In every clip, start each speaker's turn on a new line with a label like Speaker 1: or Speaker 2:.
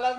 Speaker 1: las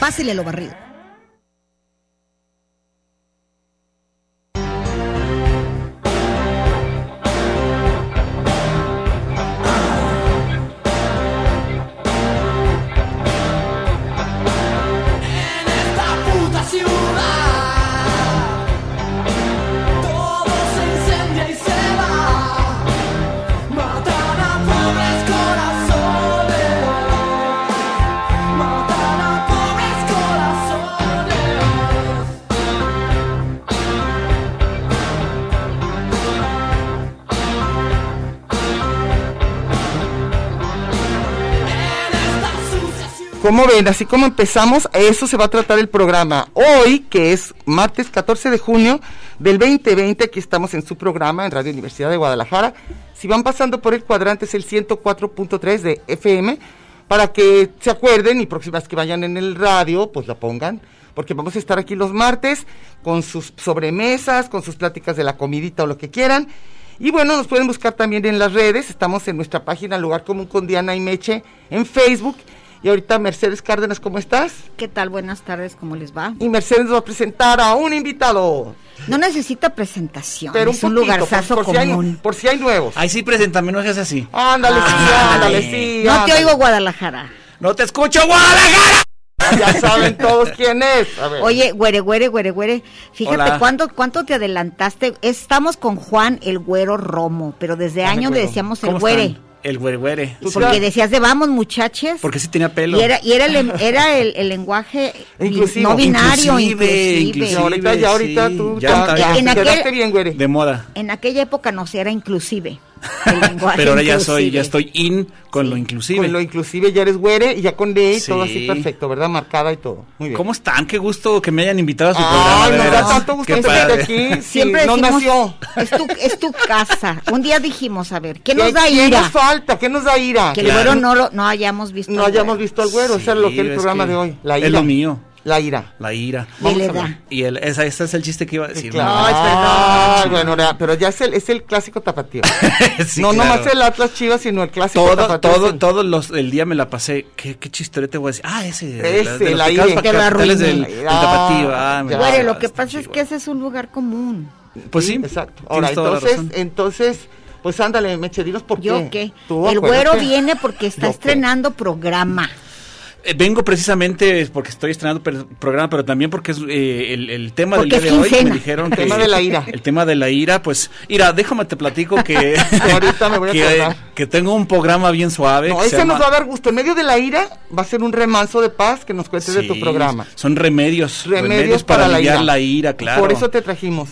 Speaker 2: Pásele lo barrido.
Speaker 3: esta puta ciudad todo se incendia y se va matan a pobres corazones matan a pobres corazones en esta sucia ciudad
Speaker 4: Como ven, así como empezamos, a eso se va a tratar el programa. Hoy, que es martes 14 de junio del 2020, aquí estamos en su programa en Radio Universidad de Guadalajara. Si van pasando por el cuadrante es el 104.3 de FM, para que se acuerden y próximas que vayan en el radio, pues la pongan, porque vamos a estar aquí los martes con sus sobremesas, con sus pláticas de la comidita o lo que quieran. Y bueno, nos pueden buscar también en las redes, estamos en nuestra página Lugar Común con Diana y Meche en Facebook. Y ahorita Mercedes Cárdenas, ¿cómo estás?
Speaker 2: ¿Qué tal? Buenas tardes, ¿cómo les va?
Speaker 4: Y Mercedes nos va a presentar a un invitado.
Speaker 2: No necesita presentación,
Speaker 4: Pero
Speaker 2: es
Speaker 4: un,
Speaker 2: un
Speaker 4: poquito, pues,
Speaker 2: lugarzazo
Speaker 4: por, por si hay,
Speaker 2: común.
Speaker 4: por si hay nuevos.
Speaker 5: Ahí sí preséntame, no seas así.
Speaker 4: Ándale, sí, ándale, sí.
Speaker 2: No te
Speaker 4: ándale.
Speaker 2: oigo Guadalajara.
Speaker 5: ¡No te escucho, Guadalajara!
Speaker 4: Ya saben todos quién es. A ver.
Speaker 2: Oye, güere, güere, güere, güere. Fíjate
Speaker 5: Hola.
Speaker 2: cuánto, cuánto te adelantaste. Estamos con Juan el Güero Romo, pero desde años le
Speaker 4: güero.
Speaker 2: decíamos el
Speaker 5: ¿Cómo
Speaker 2: güere.
Speaker 5: están? El güere güere.
Speaker 4: Tú
Speaker 2: Porque
Speaker 4: sabes,
Speaker 2: decías de vamos, muchaches.
Speaker 5: Porque sí tenía pelo.
Speaker 2: y era, y era el, era el, el lenguaje bi-
Speaker 4: Inclusivo.
Speaker 2: no binario,
Speaker 5: Inclusive,
Speaker 2: inclusive.
Speaker 4: y ahorita, ya ahorita
Speaker 5: sí,
Speaker 4: tú
Speaker 5: ya está-
Speaker 4: ya
Speaker 2: en
Speaker 4: te
Speaker 2: aquel-
Speaker 4: quedaste bien, güere.
Speaker 5: De moda.
Speaker 2: En aquella época no se era inclusive. El lenguaje
Speaker 5: Pero ahora ya soy,
Speaker 2: inclusive.
Speaker 5: ya estoy in con lo inclusive.
Speaker 4: Con lo inclusive ya eres güere y ya con D y todo así
Speaker 5: Sí.
Speaker 4: perfecto, ¿verdad? Marcada y todo. Muy bien.
Speaker 5: ¿Cómo están? Qué gusto que me hayan invitado a su
Speaker 4: Ay,
Speaker 5: programa. de
Speaker 4: nos da
Speaker 5: veras.
Speaker 4: tanto gusto
Speaker 5: Qué
Speaker 4: tenerte
Speaker 5: padre.
Speaker 4: aquí. Sí,
Speaker 2: Siempre
Speaker 4: no
Speaker 2: decimos,
Speaker 4: nació.
Speaker 2: Es tu, es tu casa. Un día dijimos, a ver, ¿qué nos da
Speaker 4: ¿Qué
Speaker 2: ira?
Speaker 4: nos falta? ¿Qué nos da ira?
Speaker 2: Que
Speaker 5: Claro.
Speaker 2: el güero no, lo, no hayamos visto.
Speaker 4: no
Speaker 2: al
Speaker 4: hayamos
Speaker 2: güero.
Speaker 4: visto al güero, o sea, lo que es el
Speaker 5: Sí,
Speaker 4: programa
Speaker 5: es
Speaker 4: de
Speaker 5: que
Speaker 4: hoy, la
Speaker 5: es
Speaker 4: ira.
Speaker 5: lo mío.
Speaker 4: La ira.
Speaker 5: La ira.
Speaker 2: Y él
Speaker 4: Vamos a
Speaker 2: le
Speaker 4: ver.
Speaker 2: da.
Speaker 5: Y el, esa, ese es el chiste que iba a decir.
Speaker 4: Claro.
Speaker 5: ¿no?
Speaker 4: Ay, bueno, ya, pero ya es el, es el clásico tapatío.
Speaker 5: Sí,
Speaker 4: no
Speaker 5: claro.
Speaker 4: nomás el Atlas Chivas, sino el clásico
Speaker 5: Todo,
Speaker 4: tapatío.
Speaker 5: todo, todo los, el día me la pasé. ¿Qué, qué chistorete voy a decir? Ah, ese. de la-
Speaker 4: Ese,
Speaker 5: de los
Speaker 4: la
Speaker 5: picados
Speaker 4: ira.
Speaker 5: pa-
Speaker 2: Te la
Speaker 5: capitales
Speaker 2: arruiné.
Speaker 5: del, del tapatío. Ah, me
Speaker 4: Ya.
Speaker 5: la-
Speaker 2: Güere, lo que
Speaker 5: está
Speaker 2: pasa es
Speaker 5: chido.
Speaker 2: que ese es un lugar común.
Speaker 5: Pues sí.
Speaker 4: Exacto.
Speaker 5: tienes
Speaker 4: Ahora,
Speaker 5: toda la
Speaker 4: entonces, eh,
Speaker 5: razón.
Speaker 4: entonces, pues ándale, Meche, dinos por qué.
Speaker 2: Yo qué.
Speaker 4: Tú
Speaker 2: el güero
Speaker 4: acuérdate.
Speaker 2: viene porque está
Speaker 4: Yo qué.
Speaker 2: estrenando programa.
Speaker 5: Eh, Vengo precisamente porque estoy estrenando per- programa, pero también porque es eh, el, el tema
Speaker 2: Porque
Speaker 5: del día
Speaker 2: es
Speaker 5: de hoy.
Speaker 2: quincena.
Speaker 5: Me dijeron
Speaker 4: El
Speaker 5: que-
Speaker 4: tema de la ira.
Speaker 5: El tema de la ira, pues, mira, déjame te platico que.
Speaker 4: Ahorita me voy a
Speaker 5: que,
Speaker 4: acordar.
Speaker 5: que tengo un programa bien suave.
Speaker 4: No,
Speaker 5: que se
Speaker 4: ese nos
Speaker 5: llama-
Speaker 4: va a dar gusto. En medio de la ira va a ser un remanso de paz que nos cuentes de tu
Speaker 5: Sí, Pues
Speaker 4: programa.
Speaker 5: Son remedios.
Speaker 4: Remedios, para, la
Speaker 5: aliviar
Speaker 4: ira.
Speaker 5: la ira, claro.
Speaker 4: Por eso te trajimos.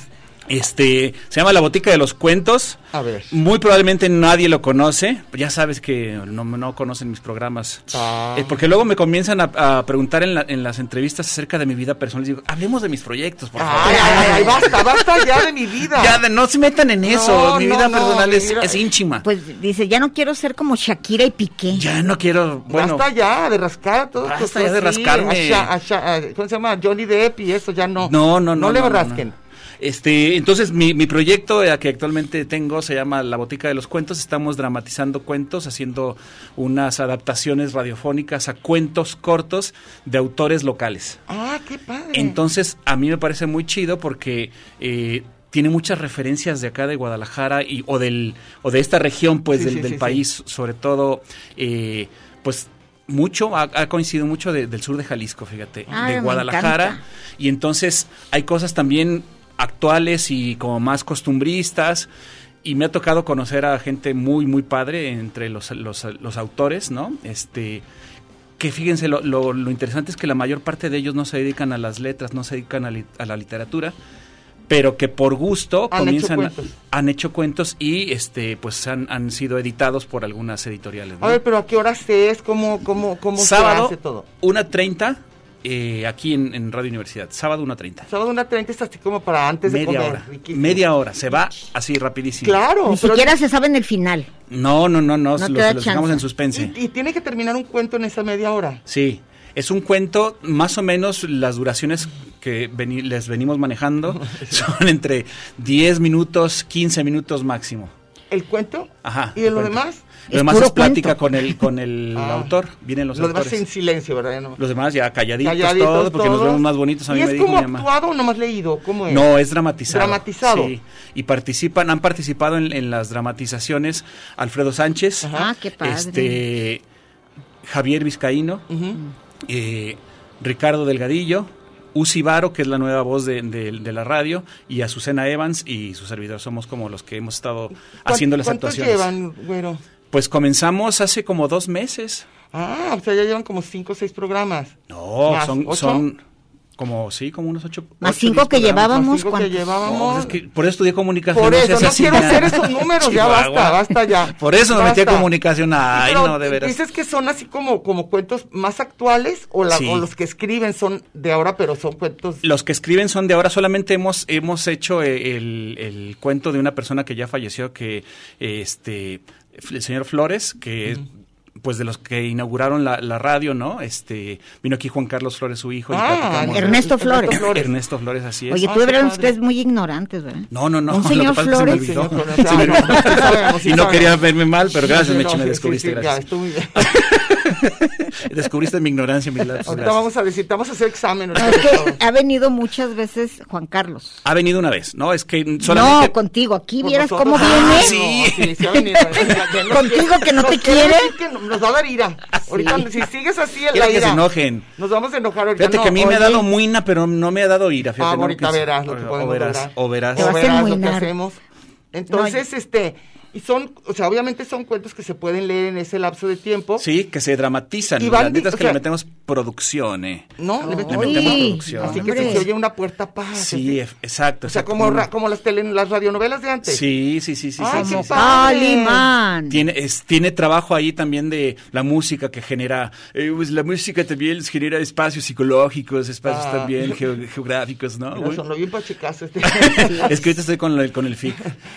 Speaker 5: Este, se llama La Botica de los Cuentos.
Speaker 4: A ver.
Speaker 5: Muy probablemente nadie lo conoce. Ya sabes que no, no conocen mis programas.
Speaker 4: Ah.
Speaker 5: Eh, porque luego me comienzan a, a preguntar en, la- en las entrevistas acerca de mi vida personal. Y digo, hablemos de mis proyectos, por favor.
Speaker 4: Ay, ay, ay, basta, basta ya de mi vida.
Speaker 5: Ya, de- no se metan en eso.
Speaker 4: No,
Speaker 5: mi
Speaker 4: no,
Speaker 5: vida
Speaker 4: no,
Speaker 5: personal
Speaker 4: mi
Speaker 5: es,
Speaker 4: vida-
Speaker 5: es ínchima.
Speaker 2: Pues dice, ya no quiero ser como Shakira y Piqué.
Speaker 5: ya no quiero. Bueno,
Speaker 4: basta ya de rascar todo
Speaker 5: Basta ya de rascarme.
Speaker 4: ¿Cómo se llama? Johnny Depp y eso ya no.
Speaker 5: No, no, no.
Speaker 4: No le rasquen.
Speaker 5: Este, entonces mi, mi proyecto eh, que actualmente tengo se llama La Botica de los Cuentos. Estamos dramatizando cuentos, haciendo unas adaptaciones radiofónicas a cuentos cortos de autores locales.
Speaker 4: Ah, qué padre.
Speaker 5: Entonces, a mí me parece muy chido porque eh, tiene muchas referencias de acá de Guadalajara y, o, del, o de esta región, pues,
Speaker 4: Sí,
Speaker 5: del,
Speaker 4: sí,
Speaker 5: del
Speaker 4: sí,
Speaker 5: país, sobre todo, eh, pues, mucho, ha, ha coincidido mucho de- del sur de Jalisco, fíjate,
Speaker 4: Ah,
Speaker 2: Ay,
Speaker 5: de
Speaker 2: me
Speaker 5: Guadalajara.
Speaker 2: encanta.
Speaker 5: Y entonces hay cosas también actuales y como más costumbristas. y me ha tocado conocer a gente muy, muy padre entre los, los, los autores, ¿no? Este, que fíjense, lo, lo- lo interesante es que la mayor parte de ellos no se dedican a las letras, no se dedican a, li- a la literatura, pero que por gusto
Speaker 4: Han hecho
Speaker 5: comienzan,
Speaker 4: cuentos.
Speaker 5: han hecho cuentos y este, pues han, han sido editados por algunas editoriales. ¿no?
Speaker 4: A ver, pero ¿a qué horas es? ¿Cómo, cómo, cómo
Speaker 5: Sábado,
Speaker 4: se hace todo?
Speaker 5: 1.30, eh, aquí en, en Radio Universidad. Sábado, 1.30.
Speaker 4: Sábado una 30 es así como para antes de
Speaker 5: Media
Speaker 4: comer.
Speaker 5: hora.
Speaker 4: riquísimo.
Speaker 5: Media hora. Se va así rapidísimo.
Speaker 4: Claro.
Speaker 2: Ni
Speaker 4: pero-
Speaker 2: siquiera se sabe en el final.
Speaker 5: No, no, no, no.
Speaker 2: No te
Speaker 5: los,
Speaker 2: da
Speaker 5: los dejamos
Speaker 2: chance.
Speaker 5: en suspense.
Speaker 4: y, y tiene que terminar un cuento en esa media hora.
Speaker 5: Sí. Es un cuento, más o menos las duraciones que veni- les venimos manejando son entre 10 minutos, 15 minutos máximo.
Speaker 4: ¿El cuento?
Speaker 5: Ajá.
Speaker 4: ¿Y de
Speaker 5: el
Speaker 4: lo
Speaker 5: cuento.
Speaker 4: demás?
Speaker 5: Lo
Speaker 2: Es
Speaker 5: demás
Speaker 2: puro
Speaker 5: es plática
Speaker 2: cuento.
Speaker 5: con el, con el
Speaker 4: Ah.
Speaker 5: autor. Vienen los
Speaker 4: lo demás
Speaker 5: autores.
Speaker 4: en silencio, ¿verdad? Ya no-
Speaker 5: Los demás ya calladitos,
Speaker 4: Calladitos
Speaker 5: todos, porque nos
Speaker 4: todos.
Speaker 5: vemos más bonitos. A mí
Speaker 4: ¿Y
Speaker 5: me
Speaker 4: es
Speaker 5: dijo
Speaker 4: como
Speaker 5: mi mamá.
Speaker 4: actuado o nomás leído? ¿Cómo es?
Speaker 5: No, es dramatizado.
Speaker 4: Eh, Dramatizado.
Speaker 5: Sí. Y participan, han participado en, en las dramatizaciones Alfredo Sánchez.
Speaker 2: Ajá. Ah, qué padre.
Speaker 5: Este, Javier Vizcaíno.
Speaker 4: Ujú.
Speaker 5: eh, Ricardo Delgadillo. Uzi Varo, que es la nueva voz de, de- de la radio, y Azucena Evans y su servidor somos como los que hemos estado haciendo las
Speaker 4: ¿Cuántos
Speaker 5: actuaciones.
Speaker 4: llevan, güero?
Speaker 5: Pues comenzamos hace como dos meses.
Speaker 4: Ah, o sea, ya llevan como cinco o seis programas.
Speaker 5: No,
Speaker 4: ¿Más
Speaker 5: son,
Speaker 4: ocho?
Speaker 5: son como, sí, como unos ocho.
Speaker 2: Más
Speaker 5: ocho,
Speaker 2: cinco
Speaker 5: diez
Speaker 2: que
Speaker 5: programas.
Speaker 4: Más
Speaker 2: llevábamos.
Speaker 4: cinco que
Speaker 2: ¿cuántos?
Speaker 5: No,
Speaker 4: llevábamos.
Speaker 5: pues es que por eso estudié comunicación.
Speaker 4: Por
Speaker 5: no
Speaker 4: eso,
Speaker 5: seas
Speaker 4: no
Speaker 5: así,
Speaker 4: quiero
Speaker 5: nada.
Speaker 4: hacer esos números, ya basta,
Speaker 5: Chihuahua.
Speaker 4: basta ya.
Speaker 5: ¿eh? Por eso me metí a
Speaker 4: Basta.
Speaker 5: comunicación. Ay,
Speaker 4: Pero
Speaker 5: no, de veras.
Speaker 4: Dices que son así como, como cuentos más actuales o, la-
Speaker 5: Sí.
Speaker 4: o los que escriben son de ahora, pero son cuentos.
Speaker 5: Los que escriben son de ahora, solamente hemos, hemos hecho eh, el, el cuento de una persona que ya falleció, que eh, este, f- el señor Flores, que es, pues de los que inauguraron la, la radio, ¿no? Este, vino aquí Juan Carlos Flores, su hijo, y platicamos.
Speaker 2: Ernesto Flores.
Speaker 5: Ernesto Flores, así es.
Speaker 2: Oye,
Speaker 4: Ah,
Speaker 2: tú
Speaker 4: qué
Speaker 2: eran
Speaker 4: padre.
Speaker 2: ustedes muy ignorantes, ¿verdad?
Speaker 5: No, no, no.
Speaker 2: Un
Speaker 5: lo
Speaker 2: señor
Speaker 5: que pasa es que se
Speaker 2: Flores.
Speaker 5: me olvidó.
Speaker 4: Señor
Speaker 5: Se me
Speaker 4: Flores,
Speaker 5: olvidó.
Speaker 4: sí sabemos, sí
Speaker 5: Y no
Speaker 4: sabemos.
Speaker 5: quería verme mal, pero gracias,
Speaker 4: Sí,
Speaker 5: me,
Speaker 4: no,
Speaker 5: me
Speaker 4: sí,
Speaker 5: descubriste.
Speaker 4: sí, sí, ya,
Speaker 5: gracias. pues
Speaker 4: estuvo bien.
Speaker 5: Descubriste mi ignorancia, mi lapsus,
Speaker 4: Ahorita
Speaker 5: gracias.
Speaker 4: vamos a decir, te vamos a hacer examen.
Speaker 2: No,
Speaker 4: ahorita,
Speaker 2: es
Speaker 4: por favor.
Speaker 2: que ha venido muchas veces Juan Carlos.
Speaker 5: Ha venido una vez, ¿no? Es que solamente.
Speaker 2: No, contigo. Aquí
Speaker 4: Por
Speaker 2: vieras cómo
Speaker 4: nosotros.
Speaker 2: viene.
Speaker 4: Ah,
Speaker 5: sí.
Speaker 4: sí, sí ha venido. Ya nos
Speaker 2: Contigo que no
Speaker 4: nos
Speaker 2: te quiere.
Speaker 4: decir que nos va a dar ira. Ahorita, si sigues así, en la
Speaker 5: Quiero que
Speaker 4: ira.
Speaker 5: se enojen.
Speaker 4: Nos vamos a enojar ahorita.
Speaker 5: Fíjate
Speaker 4: no,
Speaker 5: que a mí me ha
Speaker 4: oye,
Speaker 5: dado muina, pero no me ha dado ira. Fíjate,
Speaker 4: Ah,
Speaker 5: no,
Speaker 4: ahorita
Speaker 5: que-
Speaker 4: verás lo que
Speaker 5: o-
Speaker 4: podemos
Speaker 5: o verás,
Speaker 4: lograr.
Speaker 5: o verás.
Speaker 2: Te va a
Speaker 4: O verás lo que
Speaker 2: enmuinar.
Speaker 4: hacemos. Entonces, este, y son, o sea, obviamente son cuentos que se pueden leer en ese lapso de tiempo.
Speaker 5: Sí, que se dramatizan.
Speaker 4: Y
Speaker 5: Y
Speaker 4: van
Speaker 5: la neta es
Speaker 4: di- o
Speaker 5: que
Speaker 4: sea-
Speaker 5: le metemos producción, eh.
Speaker 4: ¿No? Le metemos
Speaker 5: Uy,
Speaker 4: tema.
Speaker 5: producción.
Speaker 4: Así que
Speaker 2: hombre.
Speaker 4: se oye una puerta paz.
Speaker 5: Sí,
Speaker 4: así.
Speaker 5: ef- exacto.
Speaker 4: Ah, O sea,
Speaker 5: exacto,
Speaker 4: como, ra- Ah, como las, tele, las radionovelas de antes.
Speaker 5: Sí, sí, sí, sí.
Speaker 4: Ay,
Speaker 5: sí,
Speaker 4: qué
Speaker 5: sí, sí.
Speaker 4: padre.
Speaker 2: Calimán.
Speaker 5: Tiene, es- tiene trabajo ahí también de la música que genera, eh, pues la música también les genera espacios psicológicos, espacios
Speaker 4: Ah.
Speaker 5: también geo- geográficos, ¿no?
Speaker 4: Mira,
Speaker 5: güey?
Speaker 4: sonó bien pachicazo este.
Speaker 5: es que ahorita estoy con el, con el FIC.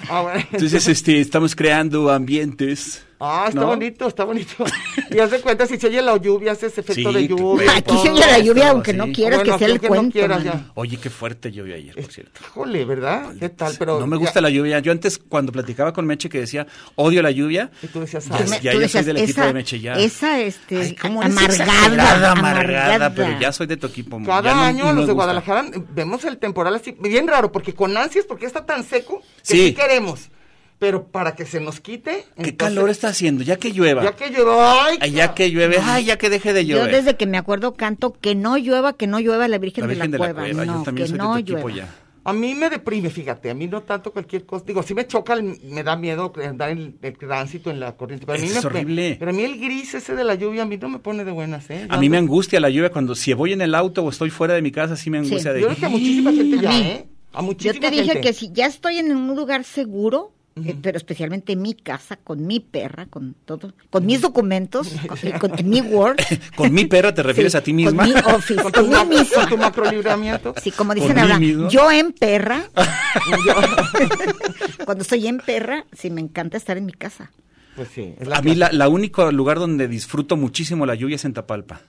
Speaker 4: Ah, bueno.
Speaker 5: Entonces, este, estamos creando ambientes.
Speaker 4: Ah, está
Speaker 5: ¿no?
Speaker 4: bonito, está bonito. Y haz de cuenta, si se oye la lluvia, hace ese efecto
Speaker 5: Sí,
Speaker 4: de
Speaker 5: que-
Speaker 4: lluvia. y
Speaker 2: Aquí
Speaker 4: todo.
Speaker 2: se oye la lluvia,
Speaker 5: todo,
Speaker 2: aunque
Speaker 5: sí.
Speaker 2: no quieras
Speaker 4: Bueno,
Speaker 2: que sea el
Speaker 4: aunque no
Speaker 2: cuento.
Speaker 4: quieras,
Speaker 2: mano.
Speaker 4: ya.
Speaker 5: Oye, qué fuerte llovió ayer, por cierto.
Speaker 4: Este, Híjole, ¿verdad? ¿Qué tal? Pero
Speaker 5: no me
Speaker 4: ya-
Speaker 5: gusta la lluvia. Yo antes, cuando platicaba con Meche, que decía, odio la lluvia.
Speaker 4: Y tú decías, "Ah,
Speaker 5: ya,
Speaker 4: "Ay".
Speaker 2: Me-
Speaker 5: ya
Speaker 2: tú
Speaker 5: yo soy
Speaker 2: decías,
Speaker 5: del equipo
Speaker 2: esa,
Speaker 5: de Meche, ya.
Speaker 2: Esa, este,
Speaker 5: Ay, cómo eres
Speaker 2: amargada,
Speaker 5: exagerada,
Speaker 2: amargada.
Speaker 5: Pero ya soy de tu equipo. Mm, ya
Speaker 4: Cada
Speaker 5: no-
Speaker 4: año
Speaker 5: no me
Speaker 4: los de
Speaker 5: gusta.
Speaker 4: Guadalajara eh, vemos el temporal así, bien raro, porque con ansias, porque está tan seco que sí,
Speaker 5: Sí.
Speaker 4: queremos. Pero para que se nos quite.
Speaker 5: Qué
Speaker 4: entonces,
Speaker 5: calor está haciendo, ya que llueva.
Speaker 4: Ya que llueve, ay,
Speaker 5: Ay, ya que llueve, ay, ya que deje de
Speaker 2: Yo
Speaker 5: llover.
Speaker 2: desde que me acuerdo canto que no llueva, que no llueva la Virgen,
Speaker 5: eh. la Virgen
Speaker 2: de la Cueva.
Speaker 5: yo
Speaker 2: No,
Speaker 5: también
Speaker 2: que
Speaker 5: soy
Speaker 2: no
Speaker 5: de tu
Speaker 2: llueva.
Speaker 5: equipo ya.
Speaker 4: A mí me deprime, fíjate, a mí no tanto cualquier cosa. Digo, sí me choca, el- me da miedo andar en el tránsito, en la corriente. Pero a mí
Speaker 5: Eso
Speaker 4: me-
Speaker 5: es horrible.
Speaker 4: Pero a mí el gris ese de la lluvia, a mí no me pone de buenas, ¿eh?
Speaker 5: A mí me angustia la lluvia cuando, si voy en el auto o estoy fuera de mi casa, sí me
Speaker 2: Sí.
Speaker 5: angustia de...
Speaker 4: Yo creo que a muchísima gente ya,
Speaker 2: A mí.
Speaker 4: ¿eh? A
Speaker 2: Yo
Speaker 4: muchísima
Speaker 2: te dije
Speaker 4: gente.
Speaker 2: que si ya estoy en un lugar seguro, eh, pero especialmente en mi casa, con mi perra, con todo, con mis documentos, con, y con- en mi Word.
Speaker 5: Con mi perra te refieres
Speaker 2: Sí,
Speaker 5: a ti misma.
Speaker 2: Con mi office,
Speaker 4: Con tu,
Speaker 2: con
Speaker 4: ma-
Speaker 2: mí misma.
Speaker 4: con tu macro libramiento.
Speaker 2: Sí, como dicen
Speaker 5: ¿Con mí
Speaker 2: ahora,
Speaker 5: mismo?
Speaker 2: yo en perra. Cuando estoy en perra, sí me encanta estar en mi casa.
Speaker 4: Pues sí. es la
Speaker 5: a mí
Speaker 4: clase.
Speaker 5: la, la único lugar donde disfruto muchísimo la lluvia es en Tapalpa.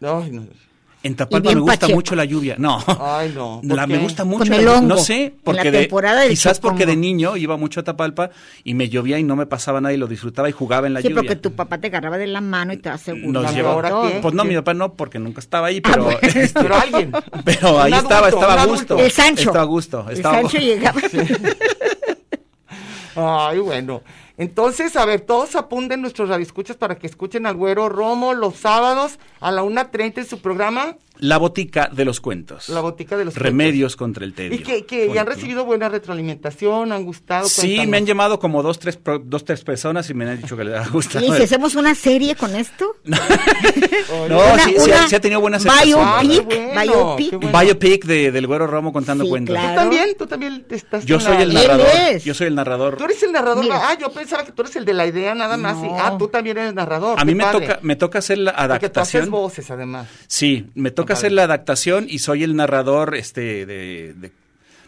Speaker 4: Ay, no.
Speaker 5: En Tapalpa
Speaker 2: bien
Speaker 5: me gusta
Speaker 2: pacheco.
Speaker 5: mucho la lluvia. No.
Speaker 4: Ay, no, ¿por
Speaker 5: La-
Speaker 4: qué?
Speaker 5: me gusta mucho.
Speaker 2: Con
Speaker 5: la
Speaker 2: el
Speaker 5: lluvia.
Speaker 2: hongo,
Speaker 5: No sé,
Speaker 2: en
Speaker 5: porque
Speaker 2: la
Speaker 5: de-
Speaker 2: temporada del
Speaker 5: quizás porque de
Speaker 2: chocongo.
Speaker 5: niño iba mucho a Tapalpa y me llovía y no me pasaba nada y lo disfrutaba y jugaba en la
Speaker 2: sí,
Speaker 5: lluvia.
Speaker 2: porque tu papá te agarraba de la mano y te aseguraba
Speaker 5: Nos
Speaker 4: ¿Y
Speaker 5: llevó.
Speaker 4: ahora
Speaker 2: todo. ¿eh?
Speaker 4: qué?
Speaker 5: Pues no, mi papá no, porque nunca
Speaker 2: Ah,
Speaker 5: estaba ahí, pero. este,
Speaker 4: Pero alguien.
Speaker 5: Pero
Speaker 4: Un
Speaker 5: ahí
Speaker 4: adulto,
Speaker 5: estaba, estaba
Speaker 4: un
Speaker 5: a
Speaker 4: adulto.
Speaker 5: gusto.
Speaker 2: El Sancho.
Speaker 5: Estaba a gusto,
Speaker 2: El
Speaker 5: estaba-
Speaker 2: Sancho llegaba.
Speaker 4: Ay, bueno. Entonces, a ver, todos apunten nuestros radioescuchas para que escuchen al Güero Romo los sábados a la 1.30 en su programa.
Speaker 5: La botica de los cuentos.
Speaker 4: La botica de los cuentos.
Speaker 5: Remedios contra el tedio.
Speaker 4: Y que, que han
Speaker 5: Por ejemplo.
Speaker 4: recibido buena retroalimentación, han gustado.
Speaker 5: Sí,
Speaker 4: cuéntanos.
Speaker 5: me han llamado como dos tres, pro- dos, tres personas y me han dicho que les ha gustado.
Speaker 2: ¿Y si hacemos una serie con esto?
Speaker 5: No,
Speaker 2: Una-
Speaker 5: sí, sí ha-
Speaker 2: una
Speaker 5: sí ha tenido buenas
Speaker 4: Ah, qué
Speaker 2: Biopic,
Speaker 4: bueno,
Speaker 2: biopic.
Speaker 4: qué bueno.
Speaker 5: Biopic de, del Güero Romo contando
Speaker 2: Sí,
Speaker 5: cuentos.
Speaker 4: Tú
Speaker 2: claro.
Speaker 4: también, tú también estás.
Speaker 5: Yo
Speaker 4: en
Speaker 5: soy
Speaker 4: la-
Speaker 5: el
Speaker 2: Él
Speaker 5: narrador.
Speaker 2: es.
Speaker 5: Yo soy el narrador.
Speaker 4: Tú eres el narrador.
Speaker 2: Mira.
Speaker 4: Ah, yo pensaba que tú eres el de la idea nada más. y-
Speaker 2: No.
Speaker 4: ah, tú también eres narrador.
Speaker 5: A
Speaker 4: qué
Speaker 5: mí me
Speaker 4: padre.
Speaker 5: toca, me toca hacer la
Speaker 4: Porque tú haces
Speaker 5: adaptación.
Speaker 4: voces, además.
Speaker 5: Sí, me toca
Speaker 4: Ah,
Speaker 5: hacer
Speaker 4: padre.
Speaker 5: la adaptación y soy el narrador, este, de, de-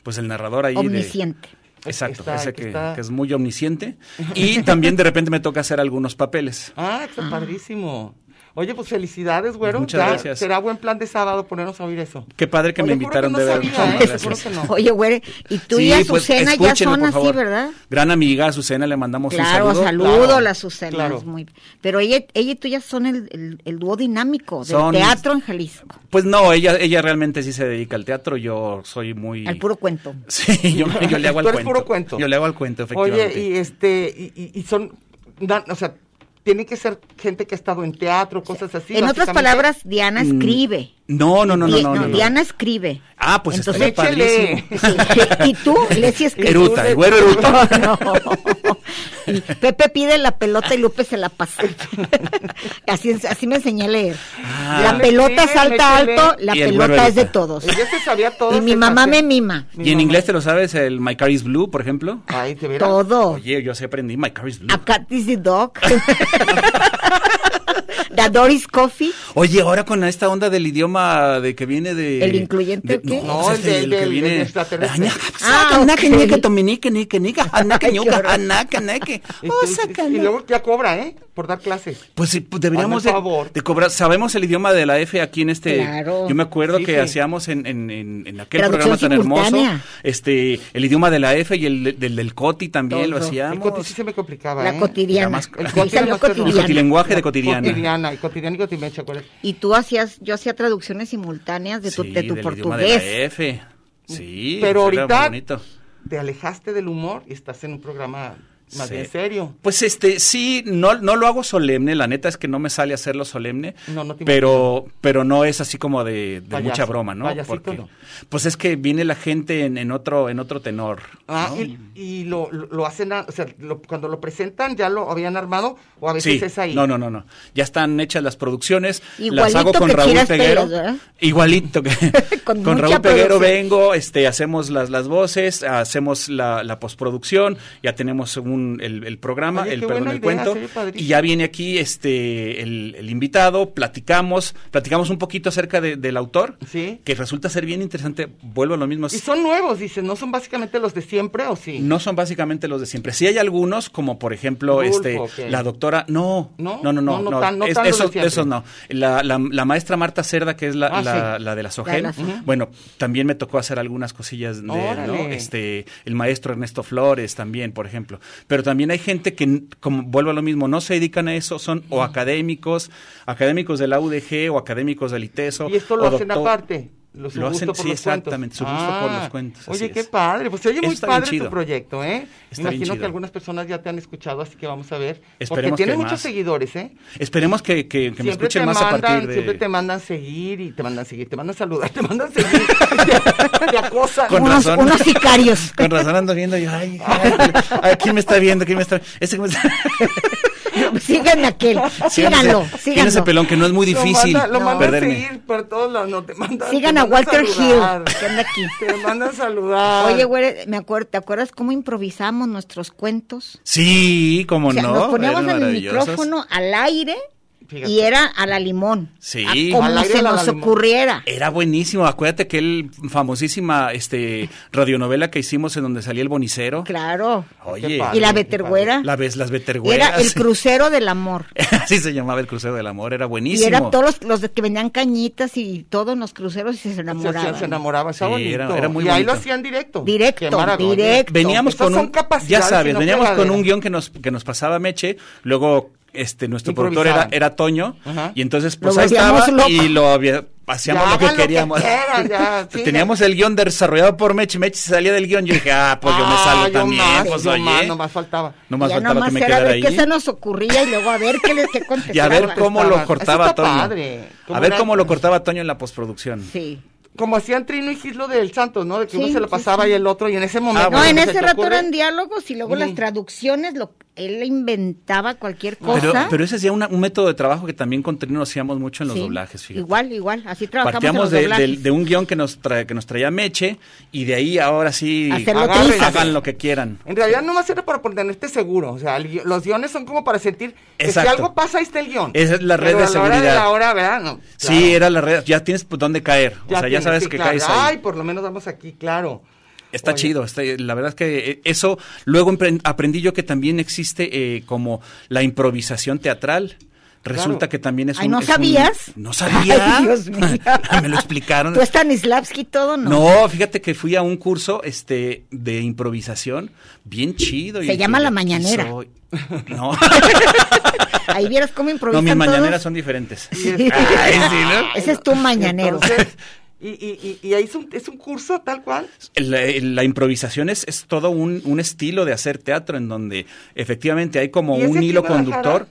Speaker 5: pues el narrador ahí. de-
Speaker 2: Omnisciente.
Speaker 5: exacto,
Speaker 4: Está-
Speaker 5: ese que,
Speaker 4: está-
Speaker 5: que es muy omnisciente. Y también de repente me toca hacer algunos papeles.
Speaker 4: Ah, está padrísimo. Oye, pues felicidades, güero.
Speaker 5: Muchas
Speaker 4: Ya
Speaker 5: gracias.
Speaker 4: Será buen plan de sábado ponernos a oír eso.
Speaker 5: Qué padre que me
Speaker 4: Oye, juro
Speaker 5: invitaron
Speaker 4: no
Speaker 5: de verdad.
Speaker 4: sabía,
Speaker 5: Muchísimas
Speaker 4: ¿eh?
Speaker 5: gracias.
Speaker 4: Juro que no.
Speaker 2: Oye, güey, y tú y
Speaker 5: Sí, pues,
Speaker 2: Azucena ya
Speaker 5: escúchenlo,
Speaker 2: son
Speaker 5: por
Speaker 2: así,
Speaker 5: favor.
Speaker 2: ¿verdad?
Speaker 5: Gran amiga Azucena, le mandamos
Speaker 2: Claro,
Speaker 5: un
Speaker 2: saludo,
Speaker 5: saludo.
Speaker 4: claro,
Speaker 2: la Azucena.
Speaker 4: claro.
Speaker 2: es muy... Pero ella, ella y tú ya son el, el- el dúo dinámico del
Speaker 5: Son-
Speaker 2: teatro en Jalisco,
Speaker 5: Pues no, ella, ella realmente sí se dedica al teatro, yo soy muy...
Speaker 2: al puro cuento.
Speaker 5: Sí, yo, yo le hago al
Speaker 4: Tú
Speaker 5: cuento.
Speaker 4: eres puro cuento.
Speaker 5: Yo le hago al cuento, efectivamente.
Speaker 4: Oye, y este, y, y- y son, dan- o sea, tiene que ser gente que ha estado en teatro, cosas así.
Speaker 2: en otras
Speaker 4: básicamente.
Speaker 2: palabras, Diana
Speaker 5: Mm,
Speaker 2: escribe.
Speaker 5: No, no, no, no,
Speaker 2: Di-
Speaker 5: no, no, no.
Speaker 2: Diana escribe.
Speaker 5: Ah, pues
Speaker 2: Entonces,
Speaker 5: estaría
Speaker 4: échele.
Speaker 5: padrísimo.
Speaker 2: y tú, Leslie escribe.
Speaker 5: Eruta, el güero eruta.
Speaker 2: Y Pepe pide la pelota y Lupe se la pasa. así, es- así me enseñé a leer.
Speaker 5: Ah.
Speaker 2: la pelota
Speaker 4: Métele,
Speaker 2: salta
Speaker 4: métele.
Speaker 2: alto, la
Speaker 5: Y el güero
Speaker 2: pelota es de
Speaker 5: eruta.
Speaker 2: todos.
Speaker 4: Ella se sabía todo.
Speaker 2: Y mi mamá me mima.
Speaker 5: ¿Y en inglés te lo sabes? El My Car is Blue, por ejemplo.
Speaker 4: Ay, de veras.
Speaker 2: Todo.
Speaker 5: Oye, yo sí aprendí My Car is Blue.
Speaker 2: A cat is the dog. The door is coffee.
Speaker 5: Oye, ahora con esta onda del idioma de que viene de...
Speaker 2: ¿El incluyente o
Speaker 5: de-
Speaker 2: qué?
Speaker 5: No,
Speaker 4: No,
Speaker 5: es
Speaker 4: el de-
Speaker 5: el, que
Speaker 4: del-
Speaker 5: viene...
Speaker 4: del extraterrestre.
Speaker 5: Aña-
Speaker 2: Ah,
Speaker 5: Ana, que
Speaker 2: ok.
Speaker 5: nique, tominique, nique, nique, ana, que ñuca,
Speaker 2: horror.
Speaker 5: ana, que neque. Oh,
Speaker 4: Este,
Speaker 5: sácalo.
Speaker 4: y luego ya cobra, ¿eh? Por dar clases.
Speaker 5: Pues sí, pues deberíamos
Speaker 4: Hazme el
Speaker 5: de,
Speaker 4: favor.
Speaker 5: de cobrar. Sabemos el idioma de la F aquí en este.
Speaker 2: Claro.
Speaker 5: Yo me acuerdo
Speaker 4: Sí,
Speaker 5: que
Speaker 4: sí.
Speaker 5: hacíamos en, en, en, en aquel
Speaker 2: Traducción
Speaker 5: programa tan hermoso
Speaker 2: simultánea.
Speaker 5: este el idioma de la F y el de- del, del Coti también lo
Speaker 2: Todo.
Speaker 5: hacíamos.
Speaker 4: El coti sí se me complicaba,
Speaker 2: La
Speaker 4: ¿eh?
Speaker 5: Ya
Speaker 2: cotidiana.
Speaker 5: más- el
Speaker 2: Ahí
Speaker 4: coti
Speaker 2: salió
Speaker 4: más terror.
Speaker 5: el
Speaker 2: cotidiana.
Speaker 5: cotilenguaje de cotidiana.
Speaker 4: Cotidiana, y cotidiana y cotimecha, ¿cuál es?
Speaker 2: Y tú hacías, yo hacía traducciones simultáneas de tu,
Speaker 5: Sí,
Speaker 2: de tu
Speaker 5: del idioma de la
Speaker 2: portugués.
Speaker 5: F. Sí,
Speaker 4: Pero
Speaker 5: eso era
Speaker 4: ahorita-
Speaker 5: bonito.
Speaker 4: Te alejaste del humor y estás en un programa más
Speaker 5: Sí.
Speaker 4: bien serio.
Speaker 5: Pues este, sí, no, no lo hago solemne, la neta es que no me sale hacerlo solemne,
Speaker 4: No, no te
Speaker 5: pero, pero no es así como de, de
Speaker 4: Payaso,
Speaker 5: mucha broma, ¿no?
Speaker 4: payasito no.
Speaker 5: Pues es que viene la gente en, en otro, en otro tenor.
Speaker 4: Ah,
Speaker 5: ¿no?
Speaker 4: y, y lo, lo- lo hacen, a- o sea, lo- cuando lo presentan ya lo habían armado o a veces
Speaker 5: Sí,
Speaker 4: es ahí.
Speaker 5: no, no, no, no. Ya están hechas las producciones, las
Speaker 2: Igualito
Speaker 5: hago con
Speaker 2: que
Speaker 5: Raúl
Speaker 2: Tiras
Speaker 5: Peguero.
Speaker 2: Pelos, ¿verdad?
Speaker 5: Igualito que
Speaker 2: Con
Speaker 5: con,
Speaker 2: mucha
Speaker 5: Raúl Peguero
Speaker 2: producción.
Speaker 5: vengo, este, hacemos las, las voces, hacemos la, la postproducción, ya tenemos un, el, el programa,
Speaker 4: Oye,
Speaker 5: el
Speaker 4: qué
Speaker 5: perdón,
Speaker 4: buena
Speaker 5: el
Speaker 4: idea,
Speaker 5: cuento,
Speaker 4: se ve padrísimo.
Speaker 5: y ya viene aquí este el, el invitado, platicamos, platicamos un poquito acerca de- del autor,
Speaker 4: Sí.
Speaker 5: que resulta ser bien interesante, vuelvo a lo mismo,
Speaker 4: Y son nuevos, dicen, ¿no son básicamente los de siempre o sí?
Speaker 5: no son básicamente los de siempre. Sí hay algunos, como por ejemplo,
Speaker 4: Gulfo,
Speaker 5: este,
Speaker 4: ¿o qué?
Speaker 5: la doctora, no,
Speaker 4: ¿No?
Speaker 5: no, no, no,
Speaker 4: No, no tan- no tan los de
Speaker 5: esos,
Speaker 4: siempre.
Speaker 5: esos no. La, la- la maestra Marta Cerda, que es la,
Speaker 4: Ah,
Speaker 5: la,
Speaker 4: sí.
Speaker 5: la de la SOGEN,
Speaker 2: La de la Sogén.
Speaker 5: bueno, también me tocó hacer algunas cosillas de él, ¿no?
Speaker 4: Órale.
Speaker 5: Este, el maestro Ernesto Flores también, por ejemplo. Pero también hay gente que, n- como vuelvo a lo mismo, no se dedican a eso, son o académicos, académicos de la UDG o académicos del ITESO.
Speaker 4: Y esto lo
Speaker 5: o
Speaker 4: hacen
Speaker 5: doctor-
Speaker 4: aparte. Lo, su
Speaker 5: Lo
Speaker 4: gusto
Speaker 5: hacen,
Speaker 4: por
Speaker 5: sí,
Speaker 4: los cuentos. Ah,
Speaker 5: exactamente, su gusto por los cuentos,
Speaker 4: Oye,
Speaker 5: así
Speaker 4: qué
Speaker 5: es.
Speaker 4: padre. Pues se oye
Speaker 5: Eso
Speaker 4: muy
Speaker 5: está bien
Speaker 4: padre tu
Speaker 5: chido.
Speaker 4: proyecto, ¿eh?
Speaker 5: Está bien
Speaker 4: Imagino que
Speaker 5: chido.
Speaker 4: algunas personas ya te han escuchado, así que vamos a ver. Porque
Speaker 5: Esperemos
Speaker 4: tiene
Speaker 5: que
Speaker 4: muchos
Speaker 5: más.
Speaker 4: seguidores, ¿eh?
Speaker 5: Esperemos que, que- que me
Speaker 4: siempre te
Speaker 5: escuchen más
Speaker 4: mandan,
Speaker 5: a partir de...
Speaker 4: siempre te mandan seguir y te mandan seguir, te mandan saludar, te mandan seguir, te, te acosan.
Speaker 5: Con
Speaker 2: unos,
Speaker 5: razón.
Speaker 2: unos sicarios.
Speaker 5: Con razón ando viendo yo, ay, ay, ay, ¿quién me está viendo? ¿Quién me está Ese que me está-
Speaker 2: Síganme aquel.
Speaker 5: Sigan
Speaker 2: Síganlo,
Speaker 5: ese- sigan
Speaker 2: síganlo.
Speaker 5: ese pelón que no es muy difícil
Speaker 4: Lo mandan, lo mandan
Speaker 5: perderme.
Speaker 4: seguir por todos lados, no te mandan.
Speaker 2: Sigan
Speaker 4: te
Speaker 2: a
Speaker 4: mandan
Speaker 2: Walter
Speaker 4: saludar,
Speaker 2: Hill, que anda aquí.
Speaker 4: Te mandan saludar.
Speaker 2: Oye, güey, me acuerdo, ¿te acuerdas cómo improvisamos nuestros cuentos?
Speaker 5: Sí, cómo
Speaker 2: O sea,
Speaker 5: no.
Speaker 2: nos poníamos
Speaker 5: eran
Speaker 2: en el
Speaker 5: maravillosos.
Speaker 2: micrófono al aire
Speaker 4: Fíjate.
Speaker 2: y era a la limón.
Speaker 5: Sí.
Speaker 2: A como
Speaker 4: Al aire
Speaker 2: se
Speaker 4: a la
Speaker 2: nos
Speaker 4: limón.
Speaker 2: ocurriera.
Speaker 5: Era buenísimo. Acuérdate que el famosísima este, radionovela que hicimos en donde salía el bonicero.
Speaker 2: Claro.
Speaker 5: Oye,
Speaker 4: Qué padre.
Speaker 2: Y la
Speaker 4: qué
Speaker 2: vetergüera.
Speaker 5: la ves, las
Speaker 2: Era
Speaker 5: vetergüeras.
Speaker 2: el crucero del amor.
Speaker 5: Así se llamaba el crucero del amor. Era
Speaker 2: Y
Speaker 5: buenísimo.
Speaker 2: era todos los, los de que venían cañitas y todos en los cruceros y se
Speaker 4: Se,
Speaker 2: enamoraban.
Speaker 4: se, se enamoraba, está
Speaker 5: Sí,
Speaker 4: bonito.
Speaker 5: era- era muy
Speaker 4: y ahí lo
Speaker 5: bonito.
Speaker 4: hacían directo.
Speaker 2: Directo,
Speaker 4: Qué maravilla.
Speaker 2: directo.
Speaker 5: Veníamos
Speaker 4: Esas
Speaker 5: con
Speaker 4: son
Speaker 5: un, ya
Speaker 4: capacidades y
Speaker 5: sabes,
Speaker 4: no
Speaker 5: veníamos con un
Speaker 4: fregaderas.
Speaker 5: guión que nos que nos pasaba Meche, luego este nuestro productor
Speaker 4: Improvisaban.
Speaker 5: era era Toño
Speaker 4: Ajá.
Speaker 5: y entonces pues
Speaker 2: Lo
Speaker 5: ahí estaba
Speaker 2: volvíamos loco.
Speaker 5: y lo había hacíamos
Speaker 4: Ya
Speaker 5: lo que
Speaker 4: hagan lo que
Speaker 5: queríamos.
Speaker 4: quieran, ya, sí,
Speaker 5: Teníamos el guión desarrollado por Mechi, Mechi salía del guión, yo dije, ah, pues yo me
Speaker 4: Ah,
Speaker 5: salgo
Speaker 4: yo
Speaker 5: también,
Speaker 4: más,
Speaker 5: pues
Speaker 4: yo
Speaker 5: oye.
Speaker 4: más, nomás faltaba.
Speaker 5: Nomás
Speaker 2: ya
Speaker 5: faltaba que
Speaker 2: nomás
Speaker 5: me
Speaker 2: era
Speaker 5: quedara
Speaker 2: ver qué
Speaker 5: ahí.
Speaker 2: se nos ocurría y luego a ver qué les qué
Speaker 5: Y a ver
Speaker 2: contestaba.
Speaker 5: cómo lo
Speaker 4: Eso
Speaker 5: cortaba
Speaker 4: está
Speaker 5: Toño.
Speaker 4: padre.
Speaker 5: A
Speaker 4: ¿Cómo
Speaker 5: ver
Speaker 4: era?
Speaker 5: cómo lo cortaba Toño en la postproducción.
Speaker 2: Sí.
Speaker 4: Como hacían Trino y Gislo del Santos, ¿no? De que uno
Speaker 2: Sí,
Speaker 4: se lo
Speaker 2: sí,
Speaker 4: pasaba y el otro, y en ese momento.
Speaker 5: Ah,
Speaker 2: No,
Speaker 5: bueno,
Speaker 2: en
Speaker 4: ¿se te
Speaker 2: ese rato
Speaker 4: ocurre?
Speaker 2: eran diálogos y luego las
Speaker 4: Ujú.
Speaker 2: traducciones, lo, él inventaba cualquier
Speaker 5: Mm. Pero,
Speaker 2: cosa.
Speaker 5: pero ese es ya una- un método de trabajo que también con Trino hacíamos mucho en los
Speaker 2: Sí,
Speaker 5: doblajes, fíjate.
Speaker 2: Igual, igual, así trabajamos en
Speaker 5: Partíamos
Speaker 2: los
Speaker 5: de,
Speaker 2: doblajes.
Speaker 5: del- de un guión que nos, tra- que nos traía Meche y de ahí ahora sí
Speaker 2: Hacerlo
Speaker 5: agarren,
Speaker 4: trizas.
Speaker 5: hagan lo que quieran.
Speaker 4: En realidad nomás era para ponerte seguro. O sea, el gui- los guiones son como para sentir que
Speaker 5: Exacto.
Speaker 4: si algo pasa, ahí está el guión.
Speaker 5: Esa es la red
Speaker 4: Pero
Speaker 5: de
Speaker 4: a hora
Speaker 5: seguridad.
Speaker 4: la hora, ¿verdad? No,
Speaker 5: Sí,
Speaker 4: claro.
Speaker 5: era la red, ya tienes por dónde caer, o sea, ya
Speaker 4: tienes,
Speaker 5: sabes
Speaker 4: sí,
Speaker 5: que
Speaker 4: claro.
Speaker 5: caes ahí.
Speaker 4: Ay, por lo menos vamos aquí, claro.
Speaker 5: Está
Speaker 4: Oye.
Speaker 5: chido, está- la verdad es que eh, eso, luego empre- aprendí yo que también existe eh, como la improvisación teatral. Resulta
Speaker 4: Claro.
Speaker 5: que también es
Speaker 2: Ay,
Speaker 5: un...
Speaker 2: ¿no
Speaker 5: es un-
Speaker 2: sabías?
Speaker 5: no sabía.
Speaker 2: Ay, Dios mío.
Speaker 5: Me lo explicaron.
Speaker 2: ¿Tú Stanislavski y todo? No.
Speaker 5: No, fíjate que fui a un curso este de improvisación bien chido. y
Speaker 2: Se llama
Speaker 5: dije,
Speaker 2: La
Speaker 5: "Yo
Speaker 2: Mañanera".
Speaker 5: soy". No,
Speaker 2: Ahí vieras cómo
Speaker 5: no,
Speaker 2: improvisan
Speaker 5: mis
Speaker 2: todos.
Speaker 5: mañaneras son diferentes.
Speaker 4: Y es-
Speaker 5: Ay, sí, ¿no?
Speaker 2: Ese es tu mañanero.
Speaker 4: Entonces, y, y, y, y ahí es un, es un curso tal cual.
Speaker 5: La, la improvisación es, es todo un, un estilo de hacer teatro en donde efectivamente hay como
Speaker 4: ¿Y ese
Speaker 5: un hilo
Speaker 4: que va a dejar
Speaker 5: conductor.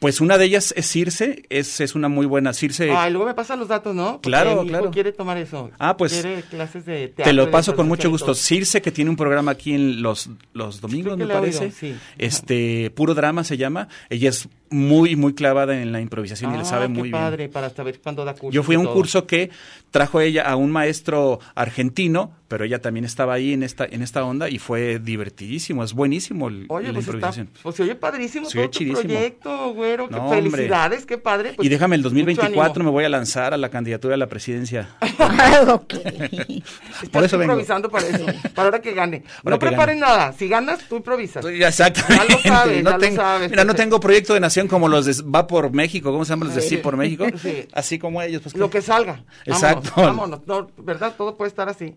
Speaker 5: Pues una de ellas es Circe, es, es una muy buena Circe.
Speaker 4: Ay, luego me pasan los datos, ¿no? Porque
Speaker 5: Claro,
Speaker 4: mi hijo
Speaker 5: claro.
Speaker 4: quiere tomar eso.
Speaker 5: Ah, pues,
Speaker 4: Quiere clases de teatro.
Speaker 5: Te
Speaker 4: de
Speaker 5: lo paso con mucho
Speaker 4: improvisación y
Speaker 5: gusto.
Speaker 4: todo.
Speaker 5: Circe, que tiene un programa aquí en los, los domingos,
Speaker 4: Creo que
Speaker 5: me
Speaker 4: la he
Speaker 5: parece.
Speaker 4: oído, sí.
Speaker 5: Este, Puro Drama se llama. Ella es muy, muy clavada en la improvisación y
Speaker 4: Ah,
Speaker 5: le sabe muy
Speaker 4: qué
Speaker 5: bien.
Speaker 4: padre, para saber cuándo da curso.
Speaker 5: Yo fui a
Speaker 4: y
Speaker 5: un
Speaker 4: todo.
Speaker 5: curso que trajo ella a un maestro argentino, pero ella también estaba ahí en esta, en esta onda y fue divertidísimo. Es buenísimo el-
Speaker 4: Oye,
Speaker 5: la
Speaker 4: pues, está,
Speaker 5: improvisación.
Speaker 4: pues se oye padrísimo
Speaker 5: Se
Speaker 4: todo
Speaker 5: oye
Speaker 4: tu
Speaker 5: chidísimo.
Speaker 4: proyecto, güero. qué
Speaker 5: No, hombre.
Speaker 4: felicidades, qué padre. pues,
Speaker 5: y déjame el
Speaker 4: mucho
Speaker 5: 2024 me
Speaker 4: ánimo.
Speaker 5: voy a lanzar a la candidatura a la presidencia.
Speaker 2: Ah, ok.
Speaker 4: Estás
Speaker 5: Por eso vengo.
Speaker 4: improvisando para eso, para ahora que gane.
Speaker 5: Ahora
Speaker 4: no
Speaker 5: que
Speaker 4: preparen nada, si ganas, tú improvisas.
Speaker 5: Exactamente.
Speaker 4: Ya lo sabes,
Speaker 5: no
Speaker 4: ya lo
Speaker 5: tengo,
Speaker 4: sabes.
Speaker 5: Mira, no tengo proyecto de nación como los de Va por México, ¿cómo se llaman los de
Speaker 4: Sí.
Speaker 5: Sí por México?
Speaker 4: Sí.
Speaker 5: Así como ellos. Pues,
Speaker 4: Lo que salga.
Speaker 5: Exacto.
Speaker 4: Vámonos, vámonos. No, ¿Verdad? Todo puede estar así.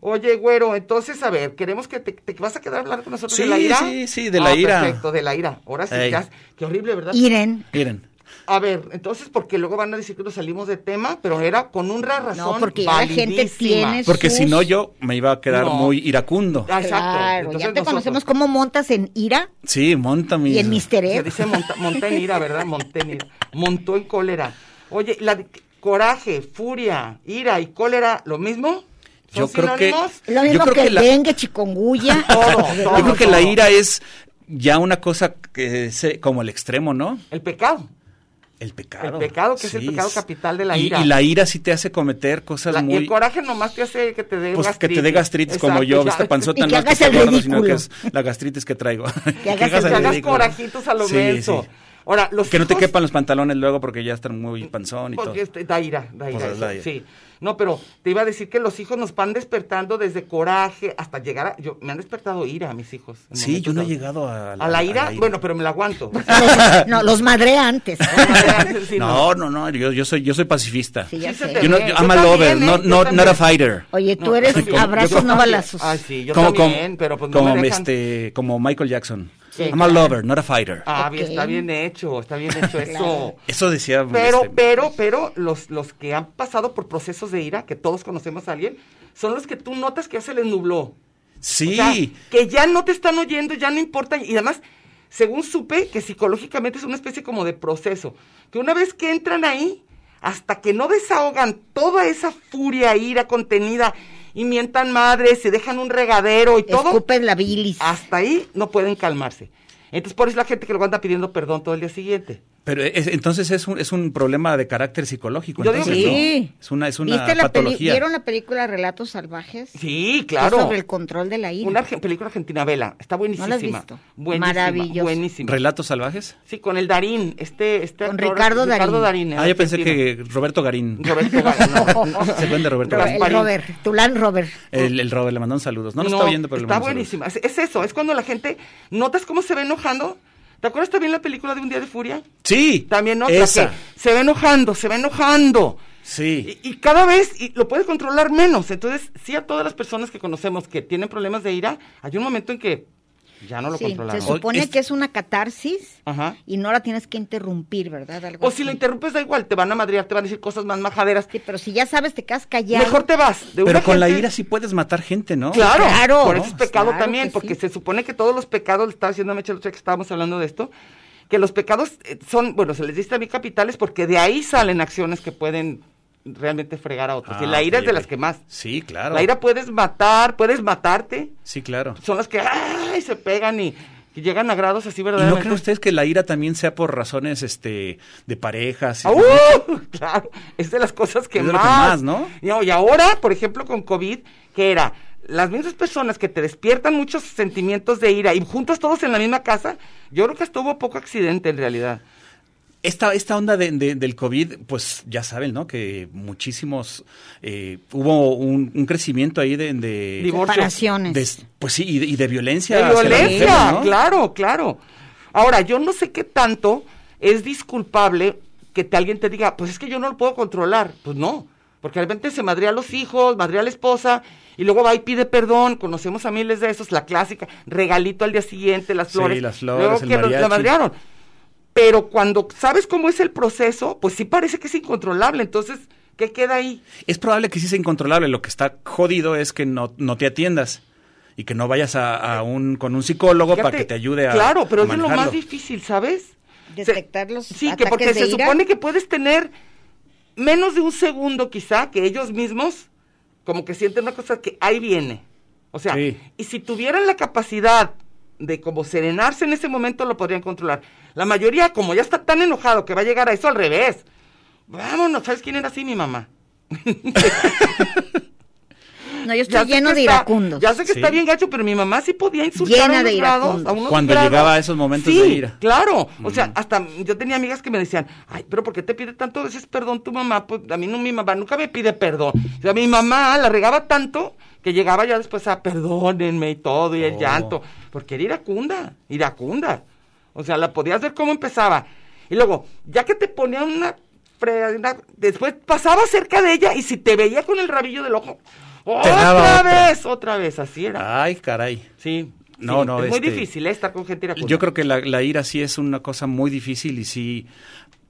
Speaker 4: Oye, güero, entonces, a ver, queremos que te, te vas a quedar hablando con nosotros
Speaker 5: Sí,
Speaker 4: de la ira. Ah,
Speaker 5: sí, sí, de la ira.
Speaker 4: Perfecto, de la ira. Ahora sí,
Speaker 5: Ey.
Speaker 4: ya. Qué horrible, ¿verdad?
Speaker 2: Iren.
Speaker 5: Miren.
Speaker 4: A ver, entonces, porque luego van a decir que nos salimos de tema, pero era con una razón.
Speaker 2: No, porque la gente
Speaker 4: validísima.
Speaker 2: tiene
Speaker 5: Porque si
Speaker 2: Jesús.
Speaker 5: no, yo me iba a quedar
Speaker 4: No.
Speaker 5: muy iracundo.
Speaker 4: Ah, Exacto.
Speaker 2: Claro,
Speaker 4: Entonces
Speaker 2: ya te
Speaker 4: nosotros-
Speaker 2: conocemos cómo montas en ira
Speaker 5: Sí, monta mi.
Speaker 2: y en Mister
Speaker 4: Se
Speaker 2: Ed.
Speaker 4: dice monta, monta en ira, ¿verdad? Monta en ira. Montó en cólera. Oye, la de- coraje, furia, ira y cólera, ¿lo mismo?
Speaker 5: Yo
Speaker 4: ¿Son
Speaker 5: creo que.
Speaker 4: sinónimos?
Speaker 2: Lo
Speaker 5: yo
Speaker 2: mismo
Speaker 5: creo
Speaker 2: que,
Speaker 5: que
Speaker 2: el
Speaker 5: la- Oh.
Speaker 2: dengue, chikungunya.
Speaker 4: Todo, todo.
Speaker 5: Yo creo que la ira es ya una cosa que se- como el extremo, ¿no?
Speaker 4: El pecado.
Speaker 5: El pecado.
Speaker 4: El pecado, que es el pecado capital de la
Speaker 5: Y-
Speaker 4: ira.
Speaker 5: Y la ira sí te hace cometer cosas
Speaker 4: La-
Speaker 5: muy.
Speaker 4: Y el coraje nomás te hace que te dé
Speaker 5: Pues
Speaker 4: gastritis.
Speaker 5: que te dé gastritis como
Speaker 4: Exacto,
Speaker 5: yo,
Speaker 4: ya.
Speaker 5: esta panzota
Speaker 2: Y que
Speaker 5: no es
Speaker 2: hagas
Speaker 5: que
Speaker 2: el
Speaker 5: esté gordo, sino que es
Speaker 2: ridículo.
Speaker 5: la gastritis que traigo. Que
Speaker 2: hagas el-
Speaker 4: Que
Speaker 2: el
Speaker 4: hagas
Speaker 5: ridículo.
Speaker 4: corajitos a lo
Speaker 5: Sí,
Speaker 4: menso.
Speaker 5: sí.
Speaker 4: Ahora, los
Speaker 5: Que no te
Speaker 4: hijos-
Speaker 5: quepan los pantalones luego porque ya están muy panzón y todo.
Speaker 4: Porque este, da ira, da ira,
Speaker 5: Pues es
Speaker 4: eso,
Speaker 5: la ira.
Speaker 4: sí. No, pero te iba a decir que los hijos nos van despertando desde coraje hasta llegar a... Yo, me han despertado ira a mis hijos. en
Speaker 5: Sí, yo no he
Speaker 4: momentos
Speaker 5: llegado a la,
Speaker 4: dados. ¿A la ira? Bueno, pues, pero me la aguanto.
Speaker 2: No, los madré antes.
Speaker 4: Sí,
Speaker 5: no, no, no, yo, yo soy yo soy pacifista.
Speaker 2: Sí, ya
Speaker 4: Sí se
Speaker 2: sé.
Speaker 4: te
Speaker 5: Yo no,
Speaker 4: ve.
Speaker 5: yo- I'm a
Speaker 4: también,
Speaker 5: lover,
Speaker 4: ¿eh?
Speaker 5: no,
Speaker 4: Yo
Speaker 5: no, not a
Speaker 4: también.
Speaker 5: fighter.
Speaker 2: Oye, tú
Speaker 4: No,
Speaker 2: eres
Speaker 4: yo- yo-
Speaker 2: abrazos, no balazos.
Speaker 4: Ah, sí, yo
Speaker 5: como
Speaker 4: también,
Speaker 5: como-
Speaker 4: pero pues no
Speaker 5: como
Speaker 4: me dejan.
Speaker 5: este como Michael Jackson.
Speaker 4: Sí,
Speaker 5: I'm a lover, not a fighter.
Speaker 4: Ah, bien,
Speaker 2: Ok.
Speaker 4: está bien hecho, está bien hecho eso.
Speaker 5: Eso decía
Speaker 4: Pero,
Speaker 5: este,
Speaker 4: pero, pero, los, los que han pasado por procesos de ira, que todos conocemos a alguien, son los que tú notas que ya se les nubló.
Speaker 5: Sí.
Speaker 4: O sea, que ya no te están oyendo, ya no importa. Y además, según supe, que psicológicamente es una especie como de proceso. Que una vez que entran ahí, hasta que no desahogan toda esa furia, ira contenida, y mientan madres, se dejan un regadero y todo,
Speaker 2: Escupen la bilis.
Speaker 5: Ah,
Speaker 4: hasta ahí no pueden calmarse. Entonces, por eso la gente que luego anda pidiendo perdón todo el día siguiente.
Speaker 5: Pero es- entonces es un, es un problema de carácter psicológico.
Speaker 4: Yo
Speaker 5: entonces,
Speaker 4: digo
Speaker 5: ¿no?
Speaker 4: que
Speaker 5: Es una, es una
Speaker 2: ¿Viste la peli-
Speaker 5: patología.
Speaker 2: ¿Vieron la película Relatos Salvajes?
Speaker 4: Sí,
Speaker 2: Que es
Speaker 4: claro.
Speaker 2: Sobre el control de la ira.
Speaker 4: Una arge- película argentina, vela, está buenísima.
Speaker 2: visto?
Speaker 4: Buenísima,
Speaker 2: Maravillosa.
Speaker 4: Buenísima.
Speaker 5: ¿Relatos salvajes?
Speaker 4: Sí, con el Darín, este, este
Speaker 2: Con Ricardo Darín.
Speaker 4: el
Speaker 5: Ah, yo pensé
Speaker 4: argentino.
Speaker 5: que Roberto Garín.
Speaker 4: Roberto Darín. no.
Speaker 5: Se cuenta de Roberto
Speaker 2: Ro-
Speaker 5: Garín.
Speaker 2: el Robert, Tulán Robert.
Speaker 5: El, el Robert le mandó un saludos. No lo está viendo, pero le
Speaker 4: está
Speaker 5: mandó un saludo.
Speaker 4: buenísima. Es, es eso, es cuando la gente notas cómo se ve enojando. ¿Te acuerdas también la película de Un día de furia?
Speaker 5: Sí.
Speaker 4: También otra
Speaker 5: Esa.
Speaker 4: que se ve enojando, se ve enojando.
Speaker 5: Sí.
Speaker 4: Y, y cada vez y lo puedes controlar menos. Entonces, sí a todas las personas que conocemos que tienen problemas de ira, hay un momento en que Ya no lo
Speaker 2: Sí, se
Speaker 4: controlamos.
Speaker 2: supone
Speaker 5: Hoy es-
Speaker 2: que es una catarsis
Speaker 4: Ajá.
Speaker 2: y no la tienes que interrumpir, ¿verdad? Algo
Speaker 4: O si lo
Speaker 2: así.
Speaker 4: interrumpes da igual, te van a madrear, te van a decir cosas más majaderas.
Speaker 2: Sí, pero si ya sabes, te quedas callado.
Speaker 4: Mejor te vas. de
Speaker 5: Pero
Speaker 4: una
Speaker 5: con la
Speaker 4: gente-
Speaker 5: ira sí puedes matar gente, ¿no?
Speaker 4: Claro,
Speaker 2: Claro.
Speaker 4: por eso es pecado
Speaker 2: Claro
Speaker 4: también,
Speaker 2: que sí.
Speaker 4: porque se supone que todos los pecados, le estaba diciendo a Meche el otro día que estábamos hablando de esto, que los pecados eh, son, bueno, se les dice también capitales porque de ahí salen acciones que pueden realmente fregar a otros.
Speaker 5: Ah,
Speaker 4: y la ira
Speaker 5: ok,
Speaker 4: es de
Speaker 5: ok.
Speaker 4: las que más.
Speaker 5: Sí, claro.
Speaker 4: La ira puedes matar, puedes matarte,
Speaker 5: Sí, claro.
Speaker 4: son las que ¡ay! se pegan y, y llegan a grados así
Speaker 5: ¿Y no
Speaker 4: verdaderamente.
Speaker 5: creen ustedes que la ira también sea por razones este de parejas? y-
Speaker 4: ¡Au! ¡Uh! Claro, es de las cosas que
Speaker 5: Es de
Speaker 4: más.
Speaker 5: lo que más, ¿no?
Speaker 4: Y ahora, por ejemplo, con COVID, que era las mismas personas que te despiertan muchos sentimientos de ira y juntos todos en la misma casa, yo creo que hasta hubo poco accidente en realidad.
Speaker 5: Esta, esta onda de- de- del COVID, pues ya saben, ¿no? Que muchísimos, eh, hubo un, un crecimiento ahí de... de-
Speaker 4: Divorcio.
Speaker 2: Separaciones.
Speaker 5: de- pues sí, y de, y de violencia.
Speaker 4: De
Speaker 5: hacia la
Speaker 4: violencia,
Speaker 5: mujer, ¿no?
Speaker 4: claro, claro. Ahora, yo no sé qué tanto es disculpable que te- alguien te diga, pues es que yo no lo puedo controlar. Pues no, porque realmente se madrea a los hijos, madrea a la esposa, y luego va y pide perdón. Conocemos a miles de esos, la clásica, regalito al día siguiente, las
Speaker 5: Sí,
Speaker 4: flores.
Speaker 5: las flores,
Speaker 4: luego
Speaker 5: el
Speaker 4: que lo- la
Speaker 5: mariachi.
Speaker 4: madrearon. Pero cuando sabes cómo es el proceso, pues sí parece que es incontrolable. Entonces, ¿qué queda ahí?
Speaker 5: Es probable que sí sea incontrolable. Lo que está jodido es que no, no te atiendas y que no vayas a, a un, con un psicólogo para
Speaker 4: Fíjate,
Speaker 5: que te ayude a.
Speaker 4: Claro, pero
Speaker 5: a
Speaker 4: eso es lo más
Speaker 5: manejarlo.
Speaker 4: difícil, ¿sabes?
Speaker 2: Detectar
Speaker 4: Se-
Speaker 2: los
Speaker 4: Sí, que
Speaker 2: ataques
Speaker 4: porque
Speaker 2: de
Speaker 4: se
Speaker 2: ira.
Speaker 4: supone que puedes tener menos de un segundo quizá que ellos mismos como que sienten una cosa que ahí viene. O sea,
Speaker 5: Sí.
Speaker 4: y si tuvieran la capacidad de como serenarse en ese momento lo podrían controlar. La mayoría, como ya está tan enojado que va a llegar a eso al revés. Vámonos, ¿sabes quién era así mi mamá?
Speaker 2: No, yo estoy
Speaker 4: sé
Speaker 2: lleno
Speaker 4: que
Speaker 2: de
Speaker 4: está-
Speaker 2: iracundos.
Speaker 4: Ya sé que
Speaker 5: Sí.
Speaker 4: está bien gacho, pero mi mamá sí podía insultar
Speaker 2: Llena
Speaker 4: a unos
Speaker 2: de
Speaker 4: grados,
Speaker 2: iracundos.
Speaker 4: a unos
Speaker 5: Cuando
Speaker 4: grados.
Speaker 5: llegaba a esos momentos
Speaker 4: Sí,
Speaker 5: de ira.
Speaker 4: claro. O sea, hasta yo tenía amigas que me decían, ay, pero ¿por qué te pide tanto a veces perdón tu mamá? Pues a mí no, mi mamá nunca me pide perdón. O sea, mi mamá la regaba tanto que llegaba ya después a perdónenme y todo, y el
Speaker 5: Oh.
Speaker 4: llanto. Porque era iracunda, iracunda. O sea, la podías ver cómo empezaba. Y luego, ya que te ponía una... fre- una- Después pasaba cerca de ella y si te veía con el rabillo del ojo,
Speaker 5: Te daba
Speaker 4: otra,
Speaker 5: otra.
Speaker 4: vez, otra vez, así era.
Speaker 5: Ay, caray.
Speaker 4: Sí.
Speaker 5: No,
Speaker 4: sí,
Speaker 5: no,
Speaker 4: Es muy
Speaker 5: este-
Speaker 4: difícil eh, estar con gente iracunda.
Speaker 5: Yo creo que la, la ira sí es una cosa muy difícil y sí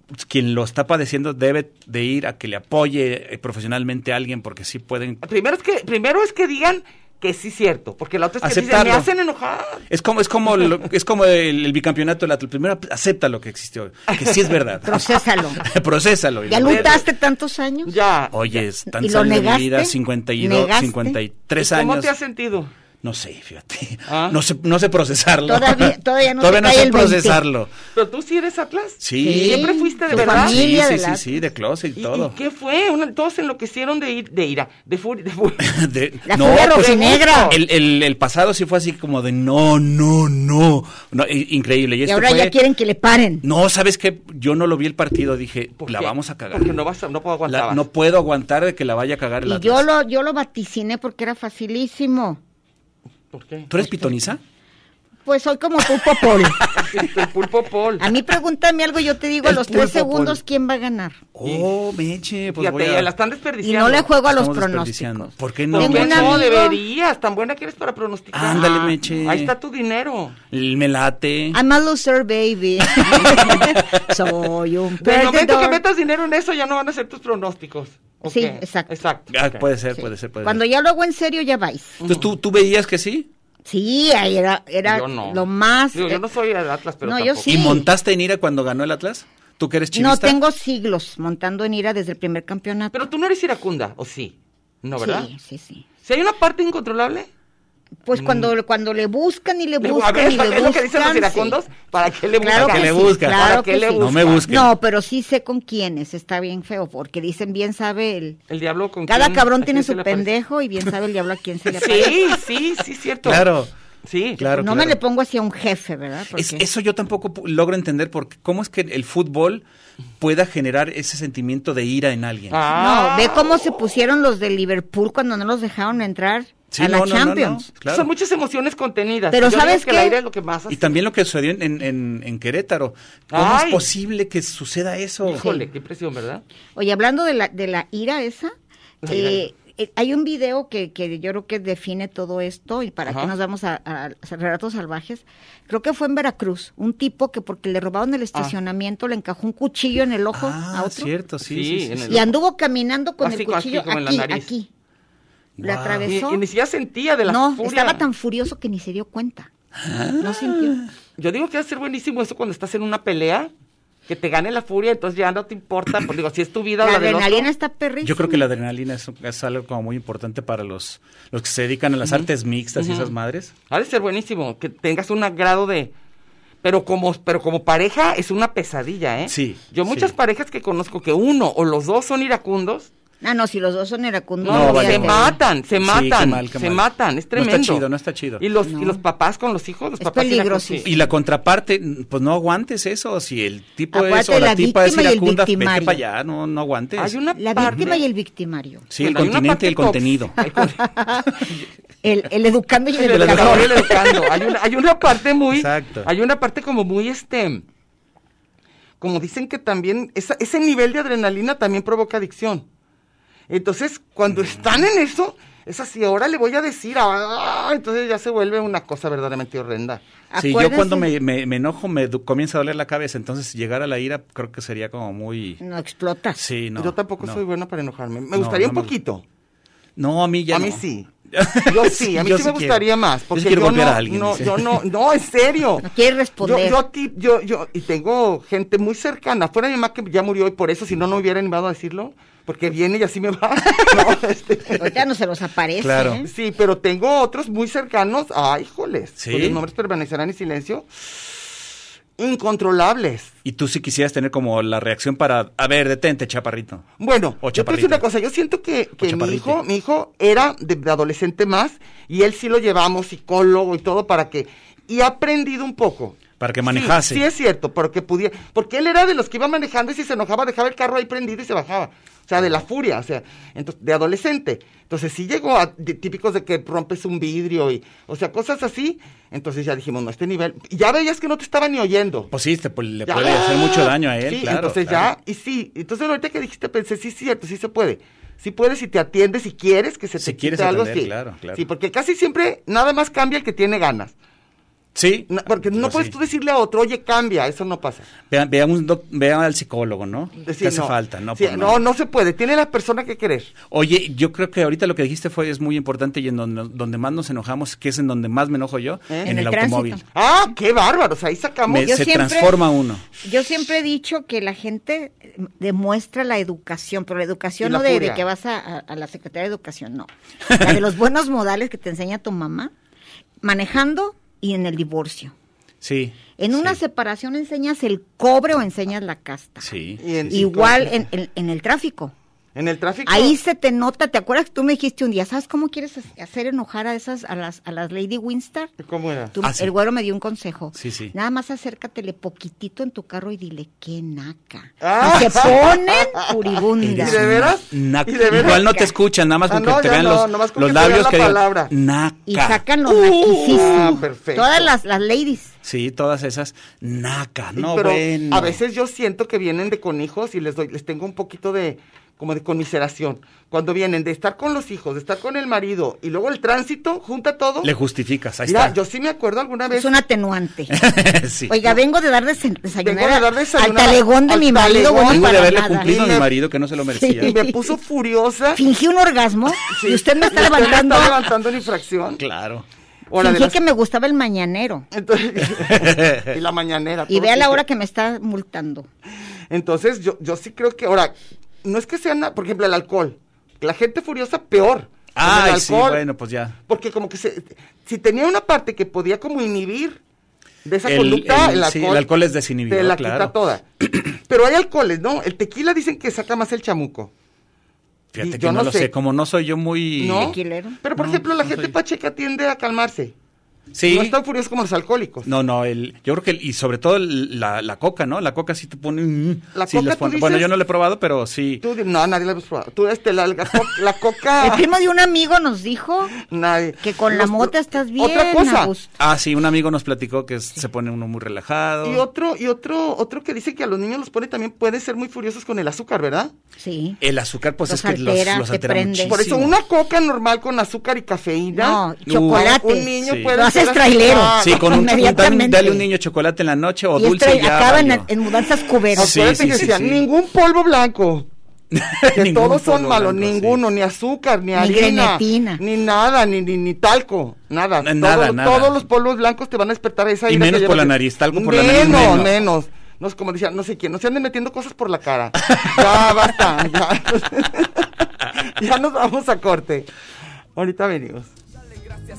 Speaker 5: pues, quien lo está padeciendo debe de ir a que le apoye eh, profesionalmente a alguien porque sí pueden
Speaker 4: Primero es que, primero es que digan que sí es cierto, porque la otra es que dicen, me
Speaker 5: Aceptarlo.
Speaker 4: hacen enojar.
Speaker 5: es como es como lo- es como el, el bicampeonato del Atlas. primero acepta lo que existió que sí es verdad
Speaker 2: Procésalo.
Speaker 5: procésalo y
Speaker 2: ¿Ya
Speaker 5: lo-
Speaker 2: lutaste tantos años?
Speaker 4: Ya.
Speaker 5: Oye, están
Speaker 2: ¿Y lo
Speaker 5: saliendo de mi
Speaker 2: negaste?
Speaker 5: vida 52,
Speaker 2: ¿Negaste?
Speaker 5: 53
Speaker 4: ¿Y ¿Cómo
Speaker 5: años.
Speaker 4: te has sentido?
Speaker 5: No sé, fíjate.
Speaker 4: Ah.
Speaker 5: No, sé, no sé procesarlo.
Speaker 2: Todavía- todavía no te cae
Speaker 5: sé
Speaker 2: el 20.
Speaker 5: procesarlo.
Speaker 4: Pero tú sí eres Atlas.
Speaker 5: Sí.
Speaker 4: Siempre fuiste de
Speaker 2: Tu
Speaker 4: verdad.
Speaker 2: familia.
Speaker 5: Sí, sí,
Speaker 2: del
Speaker 5: sí,
Speaker 2: Atlas.
Speaker 5: sí, de closet y,
Speaker 4: ¿Y, y
Speaker 5: todo.
Speaker 4: qué fue? Una- todos enloquecieron de, ir- de ira, de furia. De furia.
Speaker 5: De- pues,
Speaker 2: La fuga rosinegra.
Speaker 5: El, el- el pasado sí fue así como de no, no, no. No, i- increíble. Y,
Speaker 2: Y
Speaker 5: este
Speaker 2: ahora
Speaker 5: fue-
Speaker 2: ya quieren que le paren.
Speaker 5: No, ¿sabes qué? Yo no lo vi el partido. Dije,
Speaker 4: ¿Por
Speaker 5: la
Speaker 4: qué?
Speaker 5: vamos a cagar.
Speaker 4: Porque no, vas a- no puedo aguantar.
Speaker 5: La- no puedo aguantar de que la vaya a cagar el
Speaker 2: Y
Speaker 5: Atlas.
Speaker 2: yo lo, yo lo vaticiné porque era facilísimo.
Speaker 4: ¿Por qué?
Speaker 5: ¿Tú eres pitoniza?
Speaker 2: Pues soy como tú, Popol.
Speaker 4: Ah, El pulpo Paul.
Speaker 2: A mí pregúntame algo, yo te digo a
Speaker 5: El
Speaker 2: los tres
Speaker 5: pulpo, Pol.
Speaker 2: segundos quién va a ganar.
Speaker 5: Oh, meche. Pues
Speaker 4: Fíjate,
Speaker 5: voy a...
Speaker 4: la están
Speaker 2: Y no
Speaker 4: desperdiciando.
Speaker 2: le juego a los
Speaker 5: Estamos
Speaker 2: pronósticos.
Speaker 5: desperdiciando. ¿Por qué no?
Speaker 4: ¿Por
Speaker 2: Tengo
Speaker 4: qué
Speaker 2: un
Speaker 5: Meche?
Speaker 4: no
Speaker 2: amigo-
Speaker 4: deberías? Tan buena que eres para pronosticar.
Speaker 5: Ándale, Meche.
Speaker 4: Ah, Ahí está tu dinero.
Speaker 5: Me late.
Speaker 2: I'm a loser, baby. soy un
Speaker 4: Pero el momento que
Speaker 2: perdedor.
Speaker 4: metas dinero en eso ya no van a ser tus pronósticos. ¿o
Speaker 2: Sí,
Speaker 4: qué?
Speaker 2: exacto.
Speaker 4: Exacto.
Speaker 5: Ah,
Speaker 4: ok.
Speaker 5: Puede ser,
Speaker 2: Sí.
Speaker 5: puede ser, puede
Speaker 2: Cuando
Speaker 5: ser.
Speaker 2: ya lo hago en serio, ya vais.
Speaker 5: Entonces, ¿tú, tú veías que sí?
Speaker 2: Sí, ahí era, era
Speaker 4: Yo no.
Speaker 2: lo más. eh,
Speaker 4: Digo, yo no soy el Atlas, pero
Speaker 2: No, yo
Speaker 4: tampoco.
Speaker 2: Sí.
Speaker 5: ¿Y montaste en ira cuando ganó el Atlas? ¿Tú que eres
Speaker 2: No,
Speaker 5: chivista?
Speaker 2: tengo siglos montando en ira desde el primer campeonato.
Speaker 4: Pero tú no eres iracunda, ¿o sí? No, ¿verdad?
Speaker 2: Sí, sí, sí.
Speaker 4: Si hay una parte incontrolable,
Speaker 2: Pues cuando, cuando le buscan y le
Speaker 4: le-
Speaker 2: buscan
Speaker 4: a ver,
Speaker 2: y
Speaker 4: ¿para
Speaker 2: le
Speaker 4: qué es lo que dicen
Speaker 2: buscan.
Speaker 4: los
Speaker 2: sí.
Speaker 4: iracundos? ¿Para qué le
Speaker 2: Claro
Speaker 4: buscan?
Speaker 5: que le
Speaker 2: sí,
Speaker 5: buscan.
Speaker 2: claro
Speaker 4: ¿Para qué
Speaker 2: que
Speaker 4: le
Speaker 2: sí.
Speaker 5: No me
Speaker 4: buscan?
Speaker 5: busquen.
Speaker 2: No, pero sí sé con quiénes, está bien feo, porque dicen bien sabe el...
Speaker 4: El diablo con
Speaker 2: Cada
Speaker 4: quién-
Speaker 2: cabrón
Speaker 4: a
Speaker 2: tiene
Speaker 4: quién se
Speaker 2: su
Speaker 4: le aparece.
Speaker 2: pendejo y bien sabe el diablo a quién se le aparece.
Speaker 4: Sí, sí, sí, cierto.
Speaker 5: Claro.
Speaker 4: Sí.
Speaker 5: Claro.
Speaker 2: no me le pongo hacia un jefe, ¿verdad? Porque
Speaker 5: Es- eso yo tampoco pu- logro entender porque cómo es que el fútbol pueda generar ese sentimiento de ira en alguien.
Speaker 4: Ah.
Speaker 2: No, ve cómo se pusieron los de Liverpool cuando no los dejaron entrar
Speaker 5: Sí,
Speaker 2: a la
Speaker 5: no, no, no,
Speaker 2: Champions.
Speaker 5: no, claro.
Speaker 4: Son muchas emociones contenidas.
Speaker 2: Pero
Speaker 4: Yo digo
Speaker 2: ¿sabes
Speaker 4: que la
Speaker 2: qué?
Speaker 4: ira es lo que más
Speaker 5: Y
Speaker 4: hace.
Speaker 5: también lo que sucedió en, en- en- en Querétaro. ¿Cómo
Speaker 4: Ay.
Speaker 5: es posible que suceda eso?
Speaker 4: Híjole, qué impresión, ¿verdad?
Speaker 2: Oye, hablando de la, de la ira esa,
Speaker 4: La ira.
Speaker 2: eh, eh, hay un video que, que yo creo que define todo esto y para
Speaker 4: Ajá.
Speaker 2: qué nos vamos a, a- a relatos salvajes. Creo que fue en Veracruz, un tipo que porque le robaron
Speaker 4: Ah.
Speaker 2: el estacionamiento le encajó un cuchillo en el ojo a
Speaker 5: Ah,
Speaker 2: otro
Speaker 5: cierto, sí.
Speaker 4: Sí,
Speaker 5: sí, sí,
Speaker 4: en
Speaker 5: sí.
Speaker 4: el-
Speaker 2: y anduvo caminando con
Speaker 4: Así,
Speaker 2: el
Speaker 4: como así,
Speaker 2: cuchillo
Speaker 4: como en la
Speaker 2: aquí,
Speaker 4: nariz.
Speaker 2: aquí. Le
Speaker 4: Ah,
Speaker 5: Guau.
Speaker 4: Y,
Speaker 2: atravesó.
Speaker 4: y ni siquiera sentía de la
Speaker 2: no,
Speaker 4: furia. Ah.
Speaker 2: estaba tan furioso que ni se dio cuenta. No sintió.
Speaker 4: Yo digo que va a ser buenísimo eso cuando estás en una pelea, que te gane la furia, entonces ya no te importa, pues digo, si es tu vida o
Speaker 2: La
Speaker 4: la del otro.
Speaker 2: adrenalina está perrísima.
Speaker 5: Yo creo que la adrenalina es, es algo como muy importante para los, los que se dedican a las artes mixtas y esas madres.
Speaker 4: Ha de ser buenísimo, que tengas un grado de... Pero como, pero como pareja es una pesadilla, ¿eh?
Speaker 5: Sí,
Speaker 4: Yo muchas
Speaker 5: sí.
Speaker 4: parejas que conozco que uno o los dos son iracundos,
Speaker 2: Ah, no, si los dos son iracundos.
Speaker 4: no,
Speaker 5: No, vale,
Speaker 4: se
Speaker 2: olvídate.
Speaker 5: no.
Speaker 4: matan, se
Speaker 5: Sí, qué
Speaker 4: matan,
Speaker 5: mal, qué
Speaker 4: se
Speaker 5: mal.
Speaker 4: matan, es
Speaker 5: No está
Speaker 4: tremendo.
Speaker 5: chido, no está chido.
Speaker 4: Y los,
Speaker 2: No.
Speaker 4: y los papás con los hijos, los
Speaker 2: Es
Speaker 4: papás
Speaker 2: peligrosísimo.
Speaker 4: iracundos, sí.
Speaker 5: Y la contraparte, pues no aguantes eso. Si el tipo es
Speaker 2: Acuérdate
Speaker 5: o la,
Speaker 2: la
Speaker 5: tipa es
Speaker 2: víctima y el
Speaker 5: iracunda, pues vete
Speaker 2: victimario.
Speaker 5: para allá, no, no aguantes.
Speaker 4: Hay una
Speaker 2: La
Speaker 4: parte-
Speaker 2: víctima y el victimario.
Speaker 5: Sí, el
Speaker 4: Bueno, hay una
Speaker 5: continente y el
Speaker 4: parte
Speaker 5: contenido.
Speaker 4: tóxica.
Speaker 2: El, el educando y el,
Speaker 4: El
Speaker 2: educador.
Speaker 4: educador y el educando. Hay una, hay una parte muy.
Speaker 5: Exacto.
Speaker 4: Hay una parte como muy este. Como dicen que también. esa- ese nivel de adrenalina también provoca adicción. Entonces, cuando están en eso, es así, ahora le voy a decir. ah, entonces ya se vuelve una cosa verdaderamente horrenda.
Speaker 5: Sí, yo
Speaker 2: Acuérdense-
Speaker 5: cuando me, me- me enojo me du- comienza a doler la cabeza, entonces llegar a la ira creo que sería como muy...
Speaker 2: No explotas.
Speaker 5: Sí, no.
Speaker 4: yo tampoco
Speaker 5: no.
Speaker 4: soy buena para enojarme. Me
Speaker 5: No,
Speaker 4: gustaría
Speaker 5: no
Speaker 4: un
Speaker 5: me
Speaker 4: poquito.
Speaker 5: No, a mí ya
Speaker 4: a
Speaker 5: no.
Speaker 4: mí sí. Yo sí, a mí sí,
Speaker 5: yo
Speaker 4: me
Speaker 5: quiero.
Speaker 4: gustaría más.
Speaker 5: Yo sí
Speaker 4: Porque
Speaker 5: quiero
Speaker 4: yo
Speaker 5: golpear
Speaker 4: no,
Speaker 5: a alguien,
Speaker 4: No,
Speaker 5: dice.
Speaker 4: yo no, no, en serio.
Speaker 2: No quiere responder.
Speaker 4: Yo, yo, ti- yo, yo- y tengo gente muy cercana, fuera de mi mamá que ya murió y por eso, si no, no me hubiera animado a decirlo, porque viene y así me va. No, este,
Speaker 2: Ahorita no se los aparece.
Speaker 5: Claro.
Speaker 2: ¿eh?
Speaker 4: sí, pero tengo otros muy cercanos, ay, híjoles,
Speaker 5: ¿Sí?
Speaker 4: cuyos nombres permanecerán en silencio, incontrolables.
Speaker 5: Y tú sí quisieras tener como la reacción para, a ver, detente, chaparrito.
Speaker 4: Bueno,
Speaker 5: O
Speaker 4: yo te voy a decir
Speaker 5: chaparrita.
Speaker 4: una cosa, yo siento que, que mi
Speaker 5: chaparrite.
Speaker 4: hijo, mi hijo era de, de adolescente más, y él sí lo llevamos, psicólogo y todo, para que, y ha aprendido un poco.
Speaker 5: Para que manejase.
Speaker 4: Sí, sí es cierto, porque pudiera, porque él era de los que iba manejando y si se enojaba dejaba el carro ahí prendido y se bajaba. O sea, de la furia, o sea, entonces, de adolescente. Entonces sí llegó a de- típicos de que rompes un vidrio y, o sea, cosas así. Entonces ya dijimos, no, este nivel, y ya veías que no te estaba ni oyendo.
Speaker 5: Pues sí, te- pues, le
Speaker 4: Ya.
Speaker 5: puede hacer mucho daño a él,
Speaker 4: Sí,
Speaker 5: claro.
Speaker 4: Entonces
Speaker 5: claro.
Speaker 4: ya, y sí, entonces ahorita que dijiste pensé, sí es cierto, sí se puede. Sí puedes si te atiendes, si quieres que se te
Speaker 5: Si
Speaker 4: quite
Speaker 5: quieres
Speaker 4: algo,
Speaker 5: atender,
Speaker 4: sí.
Speaker 5: claro, claro.
Speaker 4: Sí, porque casi siempre nada más cambia el que tiene ganas.
Speaker 5: Sí.
Speaker 4: No, porque no
Speaker 5: Pues
Speaker 4: puedes
Speaker 5: sí.
Speaker 4: tú decirle a otro, oye, cambia, eso no pasa.
Speaker 5: Vean, vean un doc- vean al psicólogo, ¿no?
Speaker 4: Sí,
Speaker 5: Te hace
Speaker 4: no.
Speaker 5: falta, ¿no?
Speaker 4: Sí,
Speaker 5: Pues
Speaker 4: no, no se puede. Tiene la persona que querer.
Speaker 5: Oye, yo creo que ahorita lo que dijiste fue es muy importante y en donde, donde más nos enojamos, que es en donde más me enojo yo,
Speaker 4: ¿Eh?
Speaker 5: en,
Speaker 2: En el
Speaker 5: el, automóvil.
Speaker 2: tránsito.
Speaker 4: Ah, qué bárbaros. Ahí sacamos.
Speaker 5: Me-
Speaker 2: Yo
Speaker 5: se
Speaker 2: siempre-
Speaker 5: transforma uno.
Speaker 2: Yo siempre he dicho que la gente eh, demuestra la educación, pero la educación
Speaker 4: Y la
Speaker 2: no de, de
Speaker 4: furia.
Speaker 2: que vas a, a- a la Secretaría de Educación, no. La de los buenos modales que te enseña tu mamá, manejando y en el divorcio.
Speaker 5: Sí.
Speaker 2: En una
Speaker 5: sí,
Speaker 2: separación enseñas el cobre o enseñas la casta.
Speaker 5: Sí.
Speaker 4: Y en-
Speaker 2: Igual en, en- en el tráfico.
Speaker 4: En el tráfico.
Speaker 2: Ahí se te nota, ¿te acuerdas que tú me dijiste un día, ¿sabes cómo quieres hac- hacer enojar a esas, a las, a las Lady Winstar?
Speaker 4: ¿Cómo era?
Speaker 2: Tú-
Speaker 5: Ah, sí.
Speaker 2: El güero me dio un consejo.
Speaker 5: Sí, sí.
Speaker 2: Nada más acércatele poquitito en tu carro y dile, qué naca.
Speaker 4: Ah.
Speaker 2: Y se ponen
Speaker 4: ¿Y
Speaker 2: furibundas.
Speaker 4: de veras?
Speaker 5: Naca.
Speaker 4: ¿Y de veras?
Speaker 5: Igual no te escuchan, nada más
Speaker 4: Ah,
Speaker 5: con
Speaker 4: no,
Speaker 5: que te
Speaker 4: ya
Speaker 5: vean
Speaker 4: no,
Speaker 5: los,
Speaker 4: nomás con
Speaker 5: los
Speaker 4: que te vean
Speaker 5: labios
Speaker 4: la
Speaker 5: que digan,
Speaker 4: palabra.
Speaker 5: naca.
Speaker 2: Y sacan los
Speaker 4: Uh, ah,
Speaker 2: naquisísimos.
Speaker 4: perfecto.
Speaker 2: Todas las, las ladies.
Speaker 5: Sí, todas esas, naca,
Speaker 4: Sí,
Speaker 5: no,
Speaker 4: pero
Speaker 5: bueno.
Speaker 4: a veces yo siento que vienen de con hijos y les doy, les tengo un poquito de como de conmiseración. Cuando vienen de estar con los hijos, de estar con el marido y luego el tránsito, junta todo.
Speaker 5: Le justificas, ahí
Speaker 4: Mira,
Speaker 5: está.
Speaker 4: yo sí me acuerdo alguna vez.
Speaker 2: Es un atenuante.
Speaker 5: sí.
Speaker 2: Oiga, vengo de dar desen- desayunar,
Speaker 4: Vengo de dar
Speaker 2: a-
Speaker 4: desayunar
Speaker 2: al talegón de
Speaker 4: al
Speaker 2: mi marido.
Speaker 4: talegón.
Speaker 2: bueno,
Speaker 5: Vengo de
Speaker 2: para
Speaker 5: haberle
Speaker 2: nada.
Speaker 5: cumplido a mi
Speaker 4: Dime-
Speaker 5: marido que no se lo merecía.
Speaker 4: Y me puso furiosa.
Speaker 2: Fingí un orgasmo
Speaker 4: Sí.
Speaker 2: y usted me está
Speaker 4: Y
Speaker 2: levantando.
Speaker 4: está levantando una infracción.
Speaker 5: Claro.
Speaker 4: Hora de
Speaker 2: Fingí
Speaker 4: las-
Speaker 2: que me gustaba el mañanero.
Speaker 4: Entonces, y la mañanera.
Speaker 2: Y
Speaker 4: todo
Speaker 2: vea la
Speaker 4: siempre.
Speaker 2: hora que me está multando.
Speaker 4: Entonces, yo, yo sí creo que, ahora, no es que sea, na- por ejemplo, el alcohol. La gente furiosa, peor. Con el
Speaker 5: Ay, sí,
Speaker 4: alcohol,
Speaker 5: bueno, pues ya.
Speaker 4: Porque como que se, si tenía una parte que podía como inhibir de esa
Speaker 5: El-
Speaker 4: conducta,
Speaker 5: el-
Speaker 4: el,
Speaker 5: sí,
Speaker 4: alcohol.
Speaker 5: el alcohol es desinhibidor,
Speaker 4: Te la
Speaker 5: claro.
Speaker 4: quita toda. Pero hay alcoholes, ¿no? El tequila dicen que saca más el chamuco.
Speaker 5: Fíjate
Speaker 4: Y
Speaker 5: que
Speaker 4: yo
Speaker 5: no,
Speaker 4: no
Speaker 5: lo sé.
Speaker 4: sé.
Speaker 5: como no soy yo muy...
Speaker 4: ¿No?
Speaker 2: Tequilero.
Speaker 4: Pero, por
Speaker 5: No,
Speaker 4: ejemplo, la
Speaker 5: no
Speaker 4: gente
Speaker 5: soy-
Speaker 4: pacheca tiende a calmarse.
Speaker 5: Sí.
Speaker 4: No es tan furioso como los alcohólicos.
Speaker 5: No, no, el, yo creo que, el- y sobre todo el- la, la coca, ¿no? La coca sí te pone... un- mm,
Speaker 4: La
Speaker 5: sí
Speaker 4: coca,
Speaker 5: les
Speaker 4: tú
Speaker 5: pone- bueno,
Speaker 4: dices-
Speaker 5: yo no la he probado, pero sí.
Speaker 4: Tú di- no, nadie la habías probado. Tú, este, la, la co- la
Speaker 6: Ah.
Speaker 2: El
Speaker 4: coca.
Speaker 2: primo de un amigo nos dijo
Speaker 4: nadie.
Speaker 2: que con la
Speaker 4: Los-
Speaker 2: mota estás bien.
Speaker 4: Otra cosa.
Speaker 2: a gusto.
Speaker 5: Ah, sí, un amigo nos platicó que es- se pone uno muy relajado.
Speaker 4: Y otro, y otro, otro que dice que a los niños los pone también pueden ser muy furiosos con el azúcar, ¿verdad?
Speaker 2: Sí.
Speaker 5: El azúcar, pues
Speaker 2: Los
Speaker 5: es que
Speaker 2: altera,
Speaker 5: los, los
Speaker 2: te
Speaker 5: altera
Speaker 2: prende.
Speaker 5: muchísimo.
Speaker 4: Por eso una coca normal con azúcar y cafeína.
Speaker 2: No,
Speaker 5: Uh,
Speaker 2: chocolate.
Speaker 4: Un niño
Speaker 5: Sí.
Speaker 4: puede
Speaker 2: Lo haces
Speaker 4: ser-
Speaker 2: trailero.
Speaker 4: Ah,
Speaker 5: Sí, con un, dale, un-
Speaker 2: Inmediatamente.
Speaker 5: dale un niño chocolate en la noche o
Speaker 2: y esto
Speaker 5: dulce y ya
Speaker 2: acaban
Speaker 5: valió.
Speaker 2: en, en mudanzas cuberos.
Speaker 5: Sí,
Speaker 4: Acuérdate que
Speaker 5: sí,
Speaker 4: decían,
Speaker 5: sí.
Speaker 4: ningún polvo blanco. Que
Speaker 5: Ningún
Speaker 4: todos son
Speaker 5: polvo
Speaker 4: malos,
Speaker 5: blanco, sí.
Speaker 4: ninguno, ni azúcar, ni,
Speaker 2: Ni
Speaker 4: harina,
Speaker 2: grenetina.
Speaker 4: ni nada, ni, ni, ni talco, nada.
Speaker 5: Na- nada,
Speaker 4: Todo-
Speaker 5: nada.
Speaker 4: Todos los polvos blancos te van a despertar esa
Speaker 5: Y
Speaker 4: ira
Speaker 5: menos
Speaker 4: que
Speaker 5: por la
Speaker 4: llevas.
Speaker 5: nariz, talco por la nariz,
Speaker 4: Menos,
Speaker 5: menos.
Speaker 4: menos. No es como decían, no sé quién, no se anden metiendo cosas por la cara. ya basta, ya. ya nos vamos a corte. Ahorita venimos.
Speaker 3: Dale gracias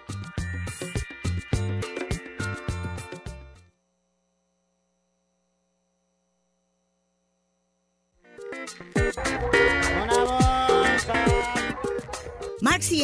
Speaker 6: Marx y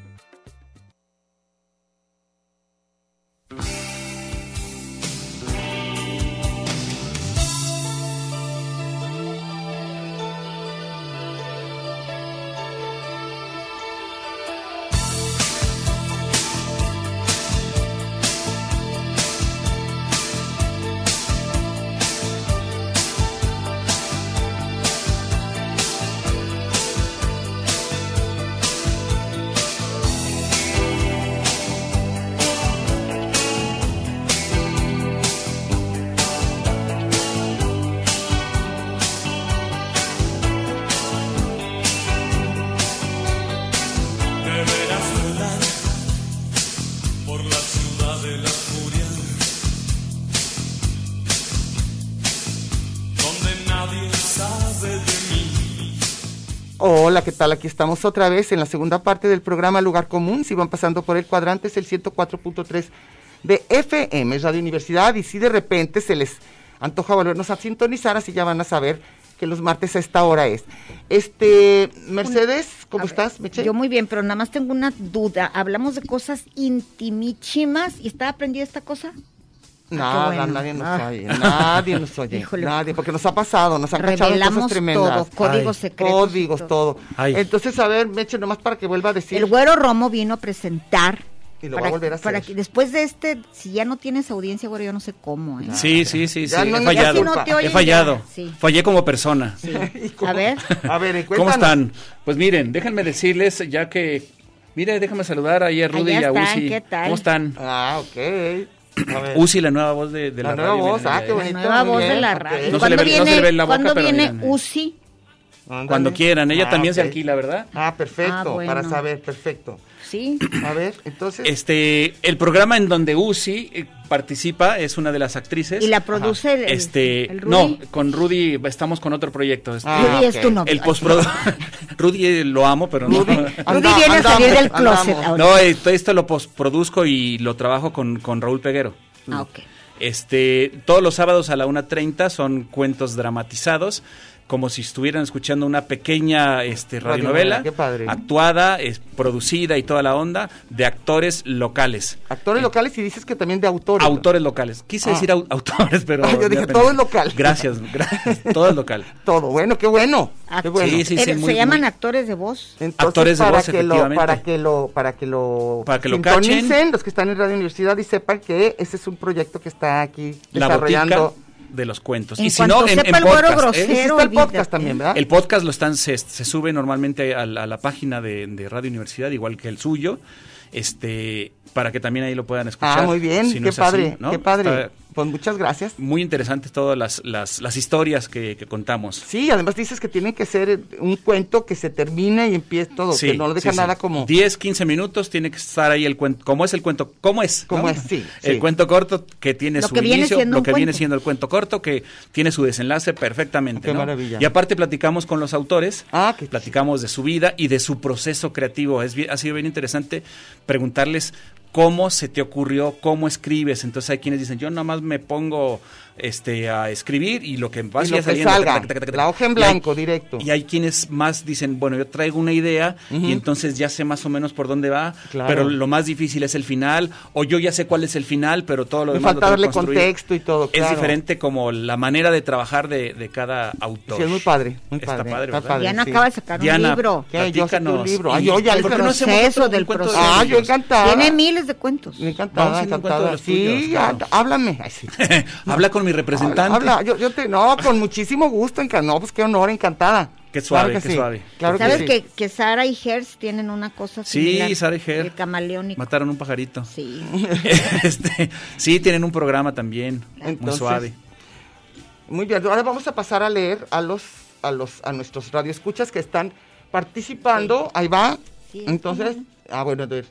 Speaker 7: Me verás volar por la ciudad de la furia, donde nadie sabe de mí.
Speaker 4: Hola, ¿qué tal? Aquí estamos otra vez en la segunda parte del programa Lugar Común. Si van pasando por el cuadrante, es el 104.3 de FM, es Radio Universidad. Y si de repente se les antoja volvernos a sintonizar, así ya van a saber que los martes a esta hora es. Este, Mercedes, ¿cómo
Speaker 2: A ver,
Speaker 4: estás, Meche?
Speaker 2: Yo muy bien, pero nada más tengo una duda. Hablamos de cosas intimichimas y está aprendida esta cosa.
Speaker 4: Nada,
Speaker 2: ah, qué bueno.
Speaker 4: nadie nos
Speaker 2: Ah.
Speaker 4: oye, nadie nos oye,
Speaker 2: Híjole.
Speaker 4: nadie, porque nos ha pasado, nos han cachado cosas
Speaker 2: Revelamos
Speaker 4: tremendas.
Speaker 2: todo, códigos secretos y
Speaker 4: Códigos, todo.
Speaker 5: Ay.
Speaker 4: Entonces, a ver, Meche, nomás para que vuelva a decir.
Speaker 2: El güero Romo vino a presentar.
Speaker 4: Y lo va a volver a hacer.
Speaker 2: para que después de este, si ya no tienes audiencia, güero, yo no sé cómo. ¿eh?
Speaker 5: Sí, sí, sí, sí.
Speaker 4: Ya no-
Speaker 5: he
Speaker 4: ya
Speaker 5: fallado.
Speaker 4: si no te
Speaker 2: oyen,
Speaker 5: he fallado.
Speaker 2: ya, sí.
Speaker 5: Fallé como persona.
Speaker 2: Sí.
Speaker 4: ¿Y cómo?
Speaker 2: A ver.
Speaker 4: A ver, eh,
Speaker 5: ¿Cómo
Speaker 4: cuéntanos.
Speaker 5: están? Pues miren, déjenme decirles, ya que. Mire, déjame saludar ahí a Rudy
Speaker 2: Allá
Speaker 5: y a
Speaker 2: están,
Speaker 5: Uzi.
Speaker 2: ¿qué tal?
Speaker 5: ¿Cómo están?
Speaker 4: Ah, ok. A ver.
Speaker 5: Uzi, la nueva voz de, de
Speaker 4: la,
Speaker 5: la,
Speaker 4: nueva
Speaker 5: radio,
Speaker 4: voz,
Speaker 5: miren,
Speaker 4: ah,
Speaker 5: allá,
Speaker 4: qué
Speaker 5: eh.
Speaker 4: bonito.
Speaker 2: Nueva
Speaker 4: muy
Speaker 2: voz de
Speaker 4: bien,
Speaker 2: la
Speaker 4: ok.
Speaker 2: radio.
Speaker 5: No se
Speaker 2: ¿Cuándo
Speaker 5: le ve- no se le
Speaker 2: viene,
Speaker 5: ve la boca,
Speaker 2: ¿cuándo
Speaker 5: pero
Speaker 2: viene
Speaker 5: miren, eh.
Speaker 2: Uzi?
Speaker 4: Ándale.
Speaker 5: Cuando quieran, ella
Speaker 4: Ah,
Speaker 5: también se
Speaker 4: ok.
Speaker 5: alquila, ¿verdad?
Speaker 4: Ah, perfecto,
Speaker 2: Ah, bueno.
Speaker 4: para saber, perfecto.
Speaker 2: Sí.
Speaker 4: A ver, entonces.
Speaker 5: Este, el programa en donde Uzi eh, participa es una de las actrices.
Speaker 2: Y la produce el, el-
Speaker 5: este,
Speaker 2: el
Speaker 5: no,
Speaker 2: Rudy.
Speaker 5: con Rudy estamos con otro proyecto. este,
Speaker 4: Ah,
Speaker 2: Rudy es
Speaker 4: ok.
Speaker 2: tu novio.
Speaker 5: el postproductor. Rudy eh, lo amo, pero no.
Speaker 2: Rudy viene a salir del
Speaker 4: andamos.
Speaker 2: closet ahora.
Speaker 5: No, esto, esto lo postproduzco y lo trabajo con, con Raúl Peguero.
Speaker 2: Ah, ok.
Speaker 5: Este, todos los sábados a la 1.30 son cuentos dramatizados. como si estuvieran escuchando una pequeña este, radionovela,
Speaker 4: Radionovela, qué padre.
Speaker 5: actuada, es, producida y toda la onda, de actores locales. Eh,
Speaker 4: Actores locales y dices que también de autores. ¿no?
Speaker 5: Autores locales. Quise
Speaker 4: Ah.
Speaker 5: decir au- autores, pero...
Speaker 4: Ah, yo
Speaker 5: ya
Speaker 4: dije,
Speaker 5: pensé.
Speaker 4: todo es local.
Speaker 5: Gracias, gracias. Todo es local.
Speaker 4: Todo, bueno, qué bueno.
Speaker 2: Ah,
Speaker 4: Qué bueno.
Speaker 5: Sí, sí, sí,
Speaker 2: Pero
Speaker 5: muy-
Speaker 2: se llaman
Speaker 5: muy-
Speaker 2: actores de voz.
Speaker 4: Entonces,
Speaker 5: Actores de
Speaker 4: para
Speaker 5: voz,
Speaker 4: que lo,
Speaker 5: efectivamente.
Speaker 4: para que lo, para que lo,
Speaker 5: Para que lo
Speaker 4: sintonicen
Speaker 5: cachen.
Speaker 4: los que están en Radio Universidad y sepan que ese es un proyecto que está aquí
Speaker 5: La botica
Speaker 4: desarrollando.
Speaker 5: de los cuentos.
Speaker 2: En
Speaker 5: y si no,
Speaker 2: cuanto
Speaker 5: en,
Speaker 2: sepa
Speaker 5: en
Speaker 2: el güero
Speaker 5: podcast, ¿eh?
Speaker 2: grosero,
Speaker 4: Existe el
Speaker 2: olvídate.
Speaker 4: podcast también, ¿verdad?
Speaker 5: El podcast lo están, se, se sube normalmente a, la a la página de, de Radio Universidad, igual que el suyo, este, para que también ahí lo puedan escuchar.
Speaker 4: ah, muy bien,
Speaker 5: si no
Speaker 4: qué,
Speaker 5: es así,
Speaker 4: padre,
Speaker 5: ¿no?
Speaker 4: qué padre,
Speaker 5: Está
Speaker 4: Pues muchas gracias.
Speaker 5: muy interesante todas las, las, las historias que, que contamos.
Speaker 4: Sí, además dices que tiene que ser un cuento que se termine y empiece todo,
Speaker 5: Sí,
Speaker 4: que no lo deja
Speaker 5: sí, sí.
Speaker 4: nada como.
Speaker 5: 10, 15 minutos tiene que estar ahí el cuento. ¿Cómo es el cuento? ¿Cómo es?
Speaker 4: ¿Cómo
Speaker 5: no?
Speaker 4: es? Sí,
Speaker 5: El
Speaker 4: sí.
Speaker 5: cuento corto que tiene
Speaker 2: Lo
Speaker 5: su
Speaker 2: que viene
Speaker 5: inicio,
Speaker 2: siendo
Speaker 5: lo
Speaker 2: un
Speaker 5: que viene
Speaker 2: cuento.
Speaker 5: siendo el cuento corto que tiene su desenlace perfectamente.
Speaker 4: Ah, Qué
Speaker 5: ¿no?
Speaker 4: maravilla.
Speaker 5: Y aparte platicamos con los autores,
Speaker 4: Ah, qué
Speaker 5: platicamos de su vida y de su proceso creativo. Es bien- ha sido bien interesante preguntarles cómo se te ocurrió, cómo escribes. Entonces hay quienes dicen, yo nada más me pongo este a escribir y lo que
Speaker 4: Y
Speaker 5: va
Speaker 4: lo
Speaker 5: sigue
Speaker 4: que
Speaker 5: saliendo,
Speaker 4: salga,
Speaker 5: tac, tac, tac, tac.
Speaker 4: la hoja en
Speaker 5: Y hay-
Speaker 4: blanco, directo.
Speaker 5: Y hay quienes más dicen, bueno, yo traigo una idea y entonces ya sé más o menos por dónde va,
Speaker 4: Claro.
Speaker 5: pero lo más difícil es el final, o yo ya sé cuál es el final, pero todo lo
Speaker 4: Me
Speaker 5: demás lo
Speaker 4: falta
Speaker 5: tengo que
Speaker 4: darle
Speaker 5: construir.
Speaker 4: contexto y todo,
Speaker 5: Es
Speaker 4: claro.
Speaker 5: diferente como la manera de trabajar de, de cada autor.
Speaker 4: Sí, es muy padre, muy
Speaker 5: Está
Speaker 4: padre,
Speaker 5: padre,
Speaker 4: está
Speaker 5: ¿verdad?
Speaker 4: padre.
Speaker 2: Diana
Speaker 4: sí.
Speaker 2: acaba de sacar
Speaker 5: Diana,
Speaker 2: un libro.
Speaker 4: ¿Qué? Yo sé tu
Speaker 5: platícanos.
Speaker 4: libro. Ay,
Speaker 5: Y-
Speaker 4: oye, el
Speaker 5: ¿por qué no hacemos
Speaker 2: proceso
Speaker 5: otro
Speaker 2: del
Speaker 5: cuento de
Speaker 2: proceso.
Speaker 4: Ah, yo
Speaker 5: ellos?
Speaker 4: encantada.
Speaker 2: Tiene miles de cuentos.
Speaker 4: Me encantada,
Speaker 5: Vamos a ir en cuanto de
Speaker 4: encantada.
Speaker 5: los
Speaker 4: Sí,
Speaker 5: tuyos, claro.
Speaker 4: anda, háblame. Ay, sí.
Speaker 5: Habla con mi representante.
Speaker 4: Habla, habla, yo, yo te, no, con muchísimo gusto, enca- no, pues qué honor, encantada.
Speaker 5: Qué suave,
Speaker 4: Claro que
Speaker 5: qué
Speaker 4: sí,
Speaker 5: suave.
Speaker 4: Claro que
Speaker 2: ¿Sabes
Speaker 4: sí.
Speaker 2: que, que Sara y Hers tienen una cosa similar?
Speaker 5: Sí, Sara y Ger.
Speaker 2: El camaleónico.
Speaker 5: Mataron un pajarito.
Speaker 2: Sí.
Speaker 5: Este, sí, tienen un programa también, muy
Speaker 4: Entonces,
Speaker 5: suave.
Speaker 4: Muy bien, ahora vamos a pasar a leer a los, a los, a nuestros radioescuchas que están participando. Ahí va.
Speaker 2: Sí.
Speaker 4: Entonces, ah, bueno, a ver,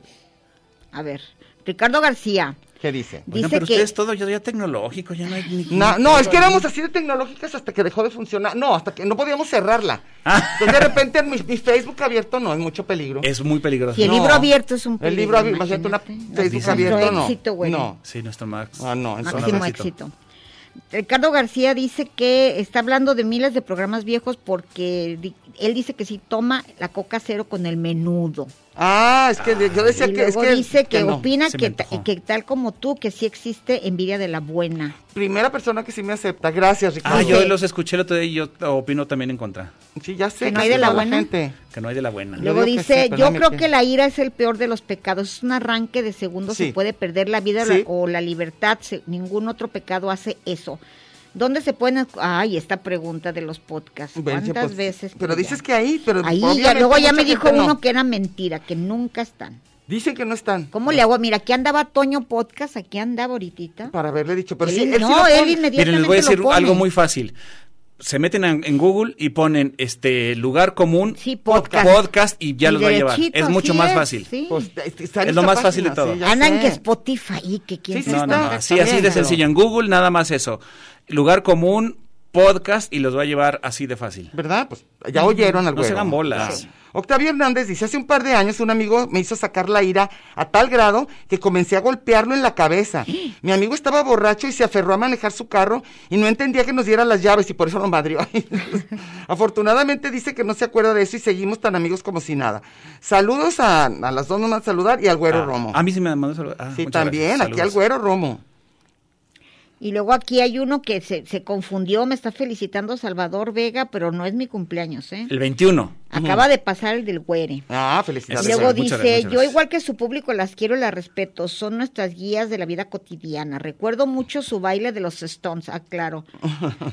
Speaker 2: A ver, Ricardo García
Speaker 4: ¿qué dice?
Speaker 5: Bueno,
Speaker 2: dice
Speaker 5: pero
Speaker 2: que...
Speaker 5: ustedes todo ya, ya tecnológico, ya no hay ni-
Speaker 4: No, no, es que éramos así de tecnológicas hasta que dejó de funcionar. No, hasta que no podíamos cerrarla. Entonces, de repente, mi, mi Facebook abierto no, es mucho peligro.
Speaker 5: Ah. Es muy peligroso.
Speaker 2: Si el
Speaker 4: No.
Speaker 2: libro abierto es un
Speaker 4: El
Speaker 2: peligro,
Speaker 4: libro abierto, imagínate una
Speaker 2: imagínate.
Speaker 4: Facebook
Speaker 5: Dicen.
Speaker 4: abierto, no.
Speaker 2: Éxito, güey.
Speaker 4: No.
Speaker 5: Sí, nuestro Max.
Speaker 4: Ah, no, entonces-
Speaker 2: Máximo éxito. Ricardo García dice que está hablando de miles de programas viejos porque di- él dice que si toma la coca cero con el menudo.
Speaker 4: Ah, es que yo decía
Speaker 2: y
Speaker 4: que es
Speaker 2: luego
Speaker 4: que,
Speaker 2: dice que,
Speaker 4: que no.
Speaker 2: opina
Speaker 5: se me
Speaker 2: que, ta-
Speaker 5: antojó.
Speaker 2: que tal como tú, que sí existe envidia de la buena.
Speaker 4: Primera persona que sí me acepta. Gracias, Ricardo.
Speaker 5: Ah, yo
Speaker 2: Sí.
Speaker 5: los escuché el otro día y yo opino también en contra.
Speaker 4: Sí, ya sé.
Speaker 2: Que no
Speaker 4: casi
Speaker 2: hay de la
Speaker 4: toda
Speaker 2: buena.
Speaker 4: gente.
Speaker 5: Que no hay de la buena.
Speaker 2: Luego
Speaker 4: digo que
Speaker 2: dice,
Speaker 4: sí, pero
Speaker 2: yo
Speaker 4: no me
Speaker 2: creo
Speaker 4: queda".
Speaker 2: que la ira es el peor de los pecados, es un arranque de segundos,
Speaker 4: Sí.
Speaker 2: se puede perder la vida o
Speaker 4: Sí.
Speaker 2: la- o la libertad, se- ningún otro pecado hace eso. ¿Dónde se pueden...? ac- Ay, esta pregunta de los podcasts,
Speaker 4: Bueno,
Speaker 2: ¿cuántas
Speaker 4: pues,
Speaker 2: veces?
Speaker 4: Pero
Speaker 2: que
Speaker 4: dices
Speaker 2: ya?
Speaker 4: que ahí, pero
Speaker 2: Ahí, ya,
Speaker 4: obviamente
Speaker 2: luego ya
Speaker 4: mucha
Speaker 2: me dijo
Speaker 4: gente no.
Speaker 2: uno que era mentira, que nunca están.
Speaker 4: Dicen que no están.
Speaker 2: ¿Cómo le hago? Mira, aquí andaba Toño Podcast, aquí andaba ahorita.
Speaker 4: Para haberle dicho, pero
Speaker 2: Él-
Speaker 4: sí, él sí
Speaker 2: no,
Speaker 4: lo pone.
Speaker 2: él inmediatamente
Speaker 5: Miren, les voy a
Speaker 2: lo
Speaker 5: decir
Speaker 2: pone.
Speaker 5: algo muy fácil. Se meten en, en Google y ponen este lugar común
Speaker 2: Sí, podcast.
Speaker 5: podcast y ya los va a llevar.
Speaker 2: derechito,
Speaker 5: Es mucho
Speaker 2: así
Speaker 5: más
Speaker 2: es,
Speaker 5: fácil.
Speaker 2: sí.
Speaker 4: Pues, este, está en
Speaker 5: Es lo
Speaker 4: esta
Speaker 5: más fácil de todo.
Speaker 4: sí, ya
Speaker 2: Andan
Speaker 4: sé.
Speaker 2: que Spotify, y que quién
Speaker 4: Sí, sí
Speaker 2: sabe.
Speaker 5: No, no, no,
Speaker 4: está-
Speaker 5: así,
Speaker 4: está
Speaker 5: así
Speaker 4: bien,
Speaker 5: de
Speaker 4: pero-
Speaker 5: sencillo. En Google nada más eso. Lugar común, podcast y los va a llevar así de fácil.
Speaker 4: ¿Verdad? Pues ya oyeron al
Speaker 5: No se
Speaker 4: güero.
Speaker 5: hagan bolas.
Speaker 4: Sí. Octavio Hernández dice, hace un par de años un amigo me hizo sacar la ira a tal grado que comencé a golpearlo en la cabeza. Mi amigo estaba borracho y se aferró a manejar su carro y no entendía que nos diera las llaves y por eso lo madrió. Afortunadamente dice que no se acuerda de eso y seguimos tan amigos como si nada. Saludos a, a las dos nomás saludar y al güero
Speaker 5: Ah,
Speaker 4: Romo.
Speaker 5: A mí sí me mandó saludos. Ah,
Speaker 4: sí,
Speaker 5: muchas
Speaker 4: también,
Speaker 5: gracias.
Speaker 4: aquí al
Speaker 5: Saludos.
Speaker 4: güero Romo.
Speaker 2: Y luego aquí hay uno que se, se confundió, me está felicitando Salvador Vega, pero no es mi cumpleaños, ¿eh?
Speaker 5: El 21.
Speaker 2: Acaba de pasar el del Güere.
Speaker 4: Ah,
Speaker 2: Y
Speaker 4: felicidades.
Speaker 5: Gracias,
Speaker 2: luego
Speaker 5: Sara.
Speaker 2: dice,
Speaker 5: Muchas gracias, muchas
Speaker 2: yo
Speaker 5: gracias".
Speaker 2: igual que su público las quiero y las respeto, son nuestras guías de la vida cotidiana. Recuerdo mucho su baile de los Stones, ah, claro.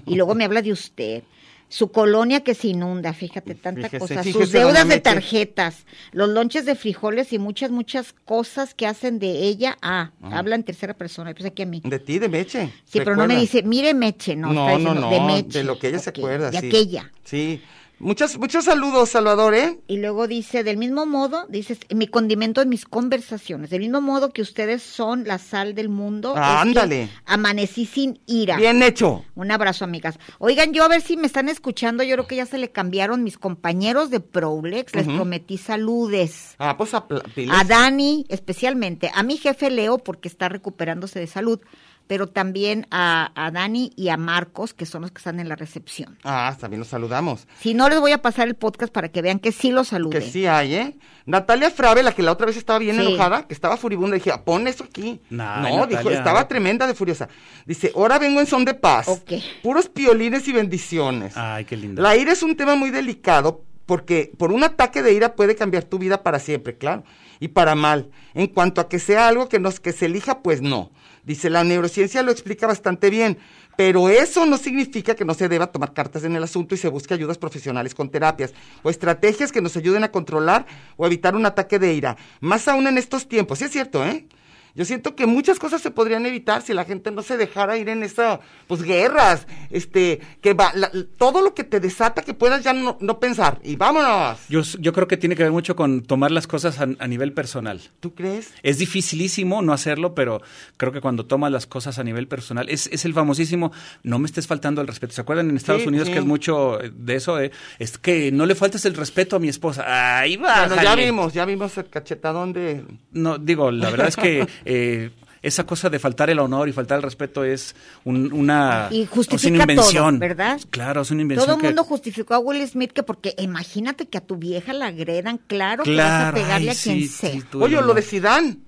Speaker 2: Y luego me habla de usted. Su colonia que se inunda, fíjate, tanta
Speaker 4: Fíjese,
Speaker 2: cosa.
Speaker 4: fíjese,
Speaker 2: Sus
Speaker 4: doña
Speaker 2: deudas de
Speaker 4: Meche.
Speaker 2: tarjetas, los lonches de frijoles y muchas, muchas cosas que hacen de ella. Ah, habla en tercera persona, pues aquí a mí.
Speaker 4: De ti, de Meche.
Speaker 2: Sí, pero no me
Speaker 4: recuerda.
Speaker 2: dice, mire Meche, no, está
Speaker 4: No, no,
Speaker 2: diciendo
Speaker 4: no,
Speaker 2: de
Speaker 4: de,
Speaker 2: Meche.
Speaker 4: lo que ella se
Speaker 2: Ok,
Speaker 4: acuerda,
Speaker 2: De
Speaker 4: sí.
Speaker 2: aquella.
Speaker 4: Sí. Muchas, muchos saludos, Salvador, ¿eh?
Speaker 2: Y luego dice, del mismo modo, dices, mi condimento en mis conversaciones, del mismo modo que ustedes son la sal del mundo.
Speaker 4: Ah,
Speaker 2: es que
Speaker 4: ándale.
Speaker 2: Amanecí sin ira.
Speaker 4: Bien hecho.
Speaker 2: Un abrazo, amigas. Oigan, yo a ver si me están escuchando, yo creo que ya se le cambiaron mis compañeros de Prolex, les prometí saludes.
Speaker 4: Ah, pues apla- pilas.
Speaker 2: A Dani, especialmente, a mi jefe Leo, porque está recuperándose de salud, pero también a, a Dani y a Marcos, que son los que están en la recepción.
Speaker 4: Ah, también los saludamos.
Speaker 2: Si no, les voy a pasar el podcast para que vean que sí los saludé.
Speaker 4: Que sí hay, ¿eh? Natalia Frave, la que la otra vez estaba bien
Speaker 2: Sí.
Speaker 4: enojada, que estaba furibunda, dije, "Ah, pon eso aquí.
Speaker 5: Nah,
Speaker 4: no,
Speaker 5: Natalia.
Speaker 4: dijo, estaba tremenda de furiosa. Dice, ahora vengo en son de paz.
Speaker 2: Ok.
Speaker 4: Puros piolines y bendiciones.
Speaker 5: Ay, qué lindo.
Speaker 4: La ira es un tema muy delicado porque por un ataque de ira puede cambiar tu vida para siempre, claro, y para mal. En cuanto a que sea algo que nos que se elija, pues no. Dice la neurociencia lo explica bastante bien, pero eso no significa que no se deba tomar cartas en el asunto y se busque ayudas profesionales con terapias o estrategias que nos ayuden a controlar o evitar un ataque de ira, más aún en estos tiempos. Sí es cierto, ¿eh? Yo siento que muchas cosas se podrían evitar si la gente no se dejara ir en esa, pues guerras, este, que va, la- todo lo que te desata que puedas ya no, no pensar y vámonos.
Speaker 5: Yo, s- yo creo que tiene que ver mucho con tomar las cosas a, a nivel personal.
Speaker 4: ¿Tú crees?
Speaker 5: Es dificilísimo no hacerlo, pero creo que cuando tomas las cosas a nivel personal, es, es el famosísimo, no me estés faltando al respeto. ¿Se acuerdan en Estados
Speaker 4: Sí,
Speaker 5: Unidos
Speaker 4: sí.
Speaker 5: que es mucho eh, de eso? eh? Es que no le faltes el respeto a mi esposa. Ahí va.
Speaker 4: Bueno, ya vimos, ya vimos el cachetadón de
Speaker 5: No, digo, la verdad es que eh, esa cosa de faltar el honor y faltar el respeto es un- una...
Speaker 2: Y
Speaker 5: es una
Speaker 2: justifica
Speaker 5: invención.
Speaker 2: todo, ¿verdad?
Speaker 5: Claro, es una invención.
Speaker 2: Todo el
Speaker 5: que-
Speaker 2: mundo justificó a Will Smith que porque imagínate que a tu vieja la agredan, claro, que vas a
Speaker 5: Claro,
Speaker 2: pegarle a
Speaker 5: ay, sí,
Speaker 2: quien
Speaker 5: sí,
Speaker 2: sea.
Speaker 5: tú,
Speaker 4: Oye,
Speaker 5: yo
Speaker 4: lo
Speaker 5: no.
Speaker 4: de Sidán.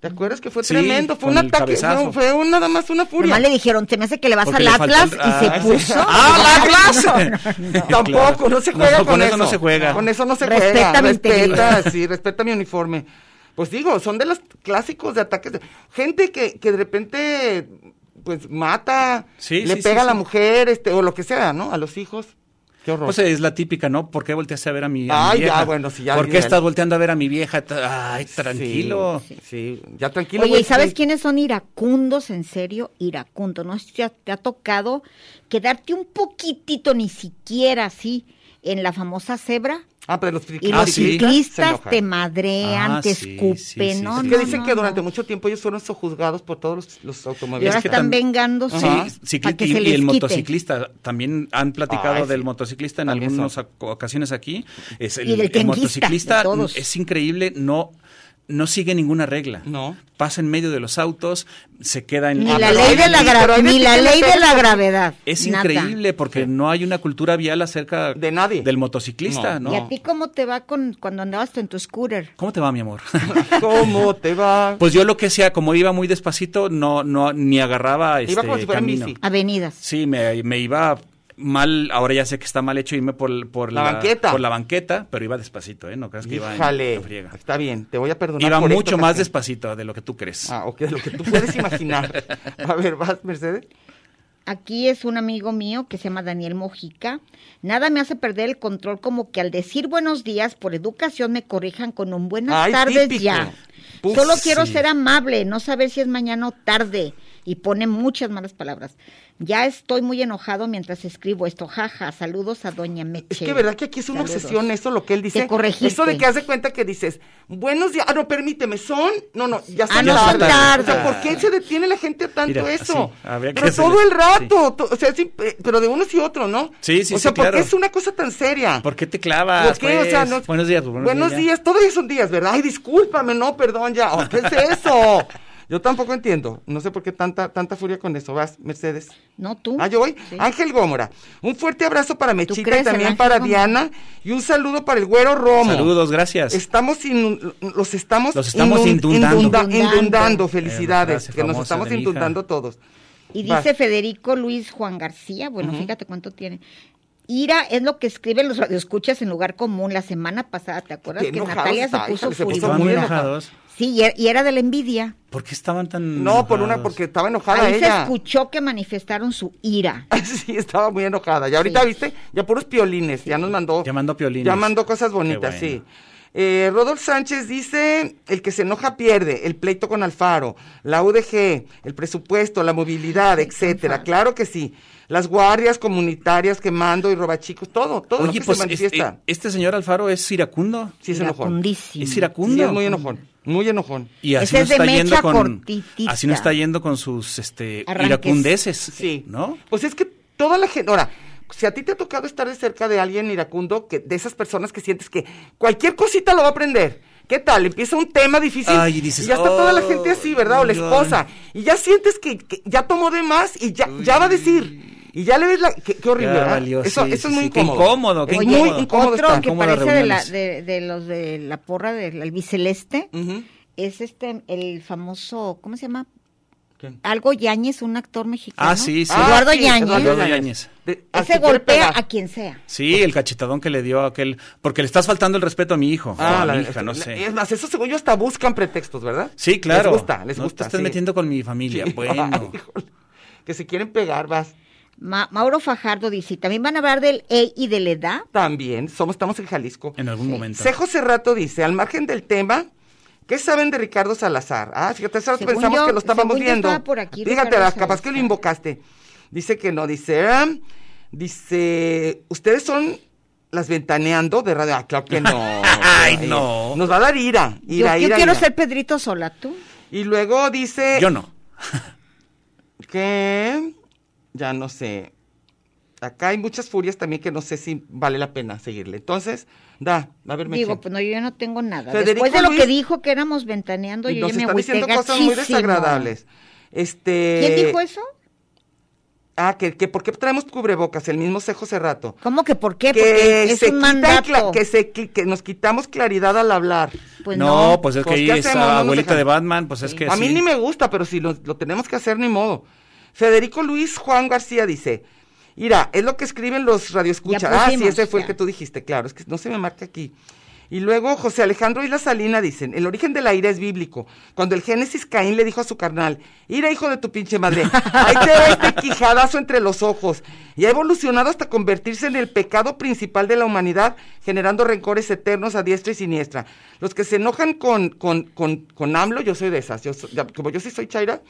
Speaker 4: ¿Te acuerdas que fue
Speaker 5: Sí,
Speaker 4: tremendo? Fue un
Speaker 5: con el
Speaker 4: ataque,
Speaker 5: cabezazo.
Speaker 4: no, fue un- nada más una furia.
Speaker 2: Nomás le dijeron, se me hace que le vas
Speaker 5: Porque
Speaker 2: al
Speaker 5: le faltó
Speaker 2: Atlas
Speaker 5: el-
Speaker 2: y
Speaker 5: Ah,
Speaker 2: se puso.
Speaker 4: ¡Ah, la clase! Tampoco, no se juega
Speaker 5: No,
Speaker 4: con,
Speaker 5: con
Speaker 4: eso.
Speaker 5: eso no se juega.
Speaker 4: Con eso no se
Speaker 2: Respeta
Speaker 4: juega.
Speaker 2: mi
Speaker 4: respeta,
Speaker 2: integridad.
Speaker 4: sí, respeta mi uniforme. Pues digo, son de los clásicos de ataques. de- gente que, que de repente pues mata,
Speaker 5: Sí,
Speaker 4: le
Speaker 5: sí,
Speaker 4: pega
Speaker 5: sí,
Speaker 4: a la
Speaker 5: sí.
Speaker 4: mujer, este, o lo que sea, ¿no? A los hijos. Qué horror.
Speaker 5: Pues es la típica, ¿no? ¿Por qué volteaste a ver a mi, a mi
Speaker 4: Ay, ya,
Speaker 5: vieja?
Speaker 4: bueno, sí, ya
Speaker 5: ¿Por
Speaker 4: vi,
Speaker 5: qué
Speaker 4: ya.
Speaker 5: estás volteando a ver a mi vieja? Ta- Ay, tranquilo.
Speaker 4: Sí, sí, ya tranquilo.
Speaker 2: Oye,
Speaker 4: güey,
Speaker 2: ¿y sabes
Speaker 4: sí.
Speaker 2: quiénes son iracundos? En serio, iracundos. ¿No te ha, te ha tocado quedarte un poquitito, ni siquiera así, en la famosa cebra?
Speaker 4: Ah, pero los friki-
Speaker 2: Y
Speaker 5: Ah,
Speaker 2: los
Speaker 5: sí.
Speaker 4: Se
Speaker 2: ciclistas
Speaker 4: enojan.
Speaker 2: te madrean,
Speaker 5: Ah,
Speaker 2: te
Speaker 5: sí,
Speaker 2: escupen.
Speaker 5: sí, sí,
Speaker 2: no,
Speaker 5: sí.
Speaker 2: no,
Speaker 4: Es que dicen
Speaker 2: no,
Speaker 4: que durante
Speaker 2: no.
Speaker 4: mucho tiempo ellos fueron sojuzgados por todos los, los
Speaker 2: Y ahora
Speaker 4: automovilistas.
Speaker 5: Es que
Speaker 2: están
Speaker 5: tam-
Speaker 2: vengándose
Speaker 5: Sí,
Speaker 2: para
Speaker 5: cicli-
Speaker 2: que
Speaker 5: y,
Speaker 2: se
Speaker 5: y
Speaker 2: les
Speaker 5: el
Speaker 2: quite.
Speaker 5: motociclista. También han platicado
Speaker 4: Ay, sí.
Speaker 5: del motociclista en
Speaker 4: También
Speaker 5: algunas
Speaker 4: son.
Speaker 5: oc- ocasiones aquí. Es el,
Speaker 2: Y del
Speaker 5: el
Speaker 2: tianguista, de
Speaker 5: motociclista
Speaker 2: todos.
Speaker 5: es increíble, no no sigue ninguna regla.
Speaker 4: No.
Speaker 5: Pasa en medio de los autos, se queda en
Speaker 2: Ni
Speaker 5: Ah,
Speaker 2: la
Speaker 5: pero
Speaker 2: ley
Speaker 5: hay-
Speaker 2: de la,
Speaker 4: pero
Speaker 2: gra-
Speaker 4: hay
Speaker 2: ni
Speaker 4: veces
Speaker 2: la
Speaker 4: que le
Speaker 2: ley de
Speaker 4: pegas
Speaker 2: la
Speaker 4: con-
Speaker 2: gravedad.
Speaker 5: Es
Speaker 2: nada.
Speaker 5: increíble porque no hay una cultura vial acerca
Speaker 4: De nadie.
Speaker 5: del motociclista,
Speaker 4: No.
Speaker 5: ¿no?
Speaker 2: ¿Y a ti cómo te va con cuando andabas en tu scooter?
Speaker 5: ¿Cómo te va, mi amor?
Speaker 4: ¿Cómo te va?
Speaker 5: Pues yo lo que sea, como iba muy despacito, no, no, ni agarraba este
Speaker 4: como si fuera en
Speaker 5: camino.
Speaker 4: bici.
Speaker 2: Avenidas.
Speaker 5: Sí, me, me iba mal, ahora ya sé que está mal hecho irme por, por
Speaker 4: La banqueta.
Speaker 5: Por la banqueta, pero iba despacito, ¿eh? No creas que iba en-
Speaker 4: Híjale,
Speaker 5: en friega.
Speaker 4: está bien, te voy a perdonar.
Speaker 5: Iba
Speaker 4: por esta
Speaker 5: mucho más
Speaker 4: ocasión.
Speaker 5: despacito de lo que tú crees.
Speaker 4: Ah, ok, de lo que tú puedes imaginar. A ver, vas, Mercedes.
Speaker 2: Aquí es un amigo mío que se llama Daniel Mojica. Nada me hace perder el control como que al decir buenos días por educación me corrijan con un buenas
Speaker 4: Ay,
Speaker 2: tardes
Speaker 4: típico.
Speaker 2: ya.
Speaker 5: Pues
Speaker 2: Solo quiero
Speaker 5: sí.
Speaker 2: ser amable, no saber si es mañana o tarde. Y pone muchas malas palabras. Ya estoy muy enojado mientras escribo esto. Jaja, saludos a Doña Meche.
Speaker 4: Es que verdad que aquí es una
Speaker 2: Saludos.
Speaker 4: obsesión ¿eh? eso, lo que él dice.
Speaker 2: Te corregiste.
Speaker 4: Eso de que hace cuenta que dices, buenos días, ah, no, permíteme, son, no, no, ya son
Speaker 2: Ah, no,
Speaker 4: tarde.
Speaker 2: son tarde.
Speaker 4: O sea, ¿por qué se detiene la gente a tanto
Speaker 5: Mira,
Speaker 4: eso?
Speaker 5: así, habría que
Speaker 4: pero
Speaker 5: hacerle-
Speaker 4: todo el rato, to- o sea, es imp- eh, pero de unos y otros, ¿no?
Speaker 5: Sí, sí,
Speaker 4: O sea,
Speaker 5: sí,
Speaker 4: ¿por qué
Speaker 5: claro.
Speaker 4: es una cosa tan seria?
Speaker 5: ¿Por qué te clavas?
Speaker 4: ¿Por qué? O sea,
Speaker 5: pues?
Speaker 4: no-
Speaker 5: Buenos días.
Speaker 4: Buenos,
Speaker 5: ya.
Speaker 4: días, todavía son días, ¿verdad? Ay, discúlpame, no, perdón, ya. Oh, ¿Qué es eso? Yo tampoco entiendo. No sé por qué tanta, tanta furia con eso. Vas, Mercedes.
Speaker 2: No, tú.
Speaker 4: Ah, yo voy.
Speaker 2: Sí.
Speaker 4: Ángel Gómora. Un fuerte abrazo para Mechita
Speaker 2: crees
Speaker 4: y
Speaker 2: en
Speaker 4: también
Speaker 2: Ángel
Speaker 4: para
Speaker 2: Gómora?
Speaker 4: Diana. Y un saludo para el güero Romo.
Speaker 5: Saludos, gracias.
Speaker 4: Estamos inun- los estamos,
Speaker 5: Los estamos inundando.
Speaker 2: Inundando.
Speaker 4: inundando.
Speaker 5: Eh, la
Speaker 4: Felicidades,
Speaker 5: frase
Speaker 4: que nos
Speaker 5: famosa
Speaker 4: estamos
Speaker 5: de mi hija.
Speaker 4: inundando todos.
Speaker 2: Y
Speaker 4: Vas.
Speaker 2: dice Federico Luis Juan García, bueno, fíjate cuánto tiene. Ira es lo que escriben los radioescuchas en lugar común. La semana pasada, ¿te acuerdas
Speaker 4: Qué
Speaker 2: que
Speaker 4: enojados
Speaker 2: Natalia se
Speaker 4: está,
Speaker 2: puso
Speaker 4: híjole, se puso
Speaker 5: Estaban muy
Speaker 4: Bueno.
Speaker 2: furibunda?
Speaker 4: enojada.
Speaker 5: enojados.
Speaker 2: Sí, y er- y era de la envidia.
Speaker 5: ¿Por qué estaban tan
Speaker 4: No, por una,
Speaker 5: enojados?
Speaker 4: porque estaba enojada
Speaker 2: Ahí se
Speaker 4: ella.
Speaker 2: escuchó que manifestaron su ira.
Speaker 4: Sí, estaba muy enojada. Y ahorita,
Speaker 2: Sí.
Speaker 4: ¿viste? Ya puros piolines. Ya nos mandó.
Speaker 5: Ya mandó piolines.
Speaker 4: Ya mandó cosas
Speaker 5: Qué
Speaker 4: bonitas,
Speaker 5: bueno.
Speaker 4: sí. Eh, Rodolfo Sánchez dice, el que se enoja pierde, el pleito con Alfaro, la UDG, el presupuesto, la movilidad, etcétera. Claro que sí. Las guardias comunitarias que mando y robachicos, todo, todo lo
Speaker 5: Oye,
Speaker 4: que
Speaker 5: pues
Speaker 4: se
Speaker 5: es-
Speaker 4: manifiesta.
Speaker 5: eh, este señor Alfaro es iracundo.
Speaker 4: sí, se enojó.
Speaker 2: Iracundísimo.
Speaker 5: Es
Speaker 4: Sí,
Speaker 5: iracundo.
Speaker 4: es muy enojón, muy enojón.
Speaker 5: Y así
Speaker 2: Ese
Speaker 5: no
Speaker 2: es de
Speaker 5: está
Speaker 2: mecha
Speaker 5: yendo con
Speaker 2: cortitita.
Speaker 5: así no está yendo con sus este
Speaker 2: Arranques.
Speaker 5: iracundeces,
Speaker 4: Sí.
Speaker 5: ¿no?
Speaker 4: Pues es que toda la gente. Ahora, si a ti te ha tocado estar de cerca de alguien iracundo, que de esas personas que sientes que cualquier cosita lo va a aprender. ¿Qué tal? Empieza un tema difícil.
Speaker 5: Ay, y dices,
Speaker 4: ya está toda la
Speaker 5: "Oh,
Speaker 4: gente así, ¿verdad? O la
Speaker 5: ay.
Speaker 4: esposa. Y ya sientes que, que ya tomó de más y ya, ya va a decir. Y ya le ves la. Qué, qué horrible,
Speaker 5: Ya
Speaker 4: ¿verdad?
Speaker 5: valió,
Speaker 4: eso
Speaker 5: sí,
Speaker 4: eso
Speaker 5: sí,
Speaker 4: es muy
Speaker 5: sí, qué
Speaker 4: incómodo.
Speaker 5: incómodo, qué
Speaker 4: Es
Speaker 2: Oye,
Speaker 4: muy incómodo
Speaker 2: otro
Speaker 4: estar.
Speaker 2: que
Speaker 5: Cómodas
Speaker 2: parece de, la,
Speaker 5: reuniones.
Speaker 2: de, de los de la porra del albiceleste
Speaker 4: Ujú.
Speaker 2: es este el famoso, ¿cómo se llama?
Speaker 5: ¿Quién?
Speaker 2: Algo Yáñez, un actor mexicano.
Speaker 5: Ah, sí, sí.
Speaker 2: Eduardo
Speaker 4: sí, Ah,
Speaker 2: Yáñez.
Speaker 5: Eduardo Yáñez.
Speaker 4: De- así
Speaker 2: Ese
Speaker 4: quiere
Speaker 2: golpea
Speaker 4: pegar.
Speaker 2: a quien sea.
Speaker 5: Sí, el cachetadón que le dio a aquel. Porque le estás faltando el respeto a mi hijo. o a
Speaker 4: Ah, la- este,
Speaker 5: mi hija, no
Speaker 4: la-
Speaker 5: sé.
Speaker 4: Es más, eso según yo hasta buscan pretextos, ¿verdad?
Speaker 5: Sí, claro.
Speaker 4: Les gusta, les
Speaker 5: no
Speaker 4: gusta.
Speaker 5: Te estás
Speaker 4: sí.
Speaker 5: metiendo con mi familia.
Speaker 4: Sí. Ay,
Speaker 5: Bueno.
Speaker 4: híjole. que si quieren pegar, vas.
Speaker 2: Ma- Mauro Fajardo dice, también van a hablar del E y de la edad.
Speaker 4: También, somos, estamos en Jalisco.
Speaker 5: En algún momento.
Speaker 4: Cejo Cerrato dice, al margen del tema, ¿qué saben de Ricardo Salazar? Ah, fíjate, eso
Speaker 2: Según
Speaker 4: pensamos
Speaker 2: yo-
Speaker 4: que lo estábamos
Speaker 2: según yo
Speaker 4: viendo.
Speaker 2: estaba por aquí
Speaker 4: Fíjate,
Speaker 2: Ricardo
Speaker 4: las capaz que lo
Speaker 2: Salazar.
Speaker 4: invocaste. Dice que no, dice, ah, dice, ustedes son las ventaneando de radio. Ah, claro que no.
Speaker 5: Ay,
Speaker 4: Ay,
Speaker 5: no.
Speaker 4: Nos va a dar ira,
Speaker 2: yo
Speaker 4: ira,
Speaker 2: yo
Speaker 4: ira,
Speaker 2: quiero
Speaker 4: ira.
Speaker 2: ser Pedrito Sola, tú.
Speaker 4: Y luego dice
Speaker 5: Yo no.
Speaker 4: que ya no sé. Acá hay muchas furias también que no sé si vale la pena seguirle. Entonces, da, a ver,
Speaker 2: Digo,
Speaker 4: Meche.
Speaker 2: pues no, yo no tengo nada.
Speaker 4: Federico
Speaker 2: Después de lo
Speaker 4: Luis-
Speaker 2: que dijo que éramos ventaneando,
Speaker 4: Y
Speaker 2: yo
Speaker 4: nos
Speaker 2: ya me
Speaker 4: están diciendo
Speaker 2: agüité
Speaker 4: cosas muy
Speaker 2: gachísimo.
Speaker 4: desagradables. Este,
Speaker 2: ¿Quién dijo eso?
Speaker 4: Ah, que, que ¿por qué traemos cubrebocas? El mismo cejo hace rato.
Speaker 2: ¿Cómo que por qué?
Speaker 4: Que
Speaker 2: Porque es
Speaker 4: se
Speaker 2: un
Speaker 4: quitan
Speaker 2: mandato.
Speaker 4: cla- que, se, qui- que nos quitamos claridad al hablar.
Speaker 2: Pues
Speaker 5: no,
Speaker 2: no,
Speaker 5: pues es
Speaker 4: Pues,
Speaker 5: que
Speaker 4: ¿qué
Speaker 5: ahí es
Speaker 4: hacemos? No nos
Speaker 5: abuelita
Speaker 4: dejan.
Speaker 5: de Batman, pues es que
Speaker 4: A mí
Speaker 5: sí.
Speaker 4: ni me gusta, pero si lo, lo tenemos que hacer, ni modo. Federico Luis Juan García dice, mira, es lo que escriben los radioescuchas.
Speaker 2: Ya
Speaker 4: Ah, sí,
Speaker 2: pusimos,
Speaker 4: ese fue el
Speaker 2: ya.
Speaker 4: que tú dijiste, claro, es que no se me marca aquí. Y luego José Alejandro Isla Salina dicen, el origen de la ira es bíblico. Cuando el Génesis Caín le dijo a su carnal, ira hijo de tu pinche madre, ahí te va este quijadazo entre los ojos. Y ha evolucionado hasta convertirse en el pecado principal de la humanidad, generando rencores eternos a diestra y siniestra. Los que se enojan con, con, con, con AMLO, yo soy de esas, yo soy- ya- como yo sí soy Chaira,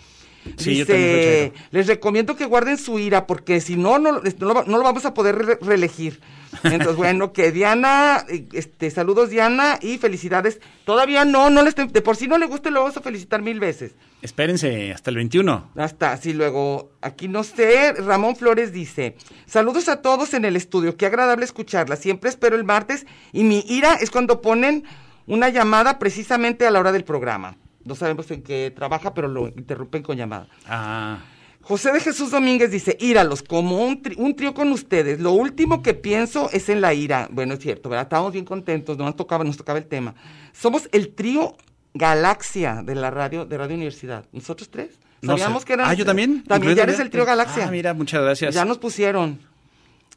Speaker 5: Sí, yo
Speaker 4: Dice,
Speaker 5: también soy chairo.
Speaker 4: les recomiendo que guarden su ira, porque si no, no, este, no lo, va- no lo vamos a poder re- reelegir. Entonces, bueno, que Diana, eh, este, saludos Diana y felicidades. Todavía no, no les, de por si no le guste, lo vamos a felicitar mil veces.
Speaker 5: Espérense hasta el 21.
Speaker 4: Hasta así luego, aquí no sé, Ramón Flores dice, saludos a todos en el estudio, qué agradable escucharla, siempre espero el martes y mi ira es cuando ponen una llamada precisamente a la hora del programa. No sabemos en qué trabaja, pero lo interrumpen con llamada.
Speaker 5: Ah,
Speaker 4: José de Jesús Domínguez dice, íralos, como un, tri- un trío con ustedes, lo último que pienso es en la ira. Bueno, es cierto, ¿verdad? Estábamos bien contentos, no nos tocaba, nos tocaba el tema. Somos el trío Galaxia de la radio, de Radio Universidad. ¿Nosotros tres?
Speaker 5: no sé.
Speaker 4: Sabíamos que eran...
Speaker 5: Ah, yo también.
Speaker 4: También
Speaker 5: ¿Incluido
Speaker 4: ya eres
Speaker 5: yo?
Speaker 4: el trío Galaxia.
Speaker 5: Ah, mira, muchas gracias.
Speaker 4: Ya nos pusieron.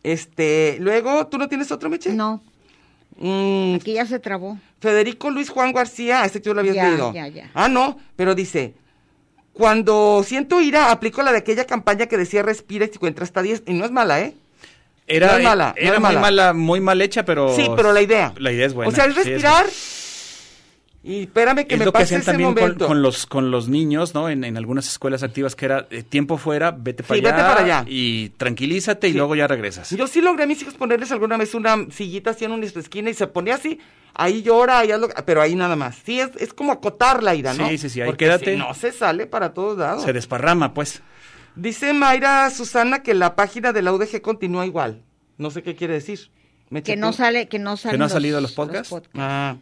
Speaker 4: Este, luego, ¿tú no tienes otro, Meche?
Speaker 2: No,
Speaker 4: Mm,
Speaker 2: aquí ya se trabó.
Speaker 4: Federico Luis Juan García, a este tú lo habías
Speaker 2: Ya,
Speaker 4: leído.
Speaker 2: ya, ya.
Speaker 4: Ah, no, pero dice, cuando siento ira, aplico la de aquella campaña que decía respira y cuenta hasta 10, y no es mala, ¿eh?
Speaker 5: Era,
Speaker 4: No es mala, no
Speaker 5: era
Speaker 4: es
Speaker 5: muy
Speaker 4: mala.
Speaker 5: mala. muy mal hecha, pero...
Speaker 4: sí, pero la idea.
Speaker 5: Oh, La idea es buena.
Speaker 4: O sea, es
Speaker 5: sí,
Speaker 4: respirar y espérame que
Speaker 5: es
Speaker 4: me
Speaker 5: lo que
Speaker 4: pase
Speaker 5: hacían
Speaker 4: ese
Speaker 5: también con,
Speaker 4: momento.
Speaker 5: con los con los niños, ¿no? En, en algunas escuelas activas que era eh, tiempo fuera, vete para
Speaker 4: Sí,
Speaker 5: allá
Speaker 4: vete para allá.
Speaker 5: y tranquilízate y
Speaker 4: Sí.
Speaker 5: luego ya regresas.
Speaker 4: Yo sí logré a mis hijos ponerles alguna vez una sillita así en una esquina y se ponía así, ahí llora, ahí haz lo- pero ahí nada más. Sí, es, es como acotar la ira, ¿no?
Speaker 5: Sí, sí, sí, ahí
Speaker 4: Porque
Speaker 5: quédate.
Speaker 4: si no se sale para todos lados.
Speaker 5: Se desparrama, pues.
Speaker 4: Dice Mayra Susana que la página de la UDG continúa igual. No sé qué quiere decir. Me
Speaker 2: Que
Speaker 4: checó.
Speaker 2: no sale, que no salen
Speaker 5: han salido los podcasts?
Speaker 4: Ah.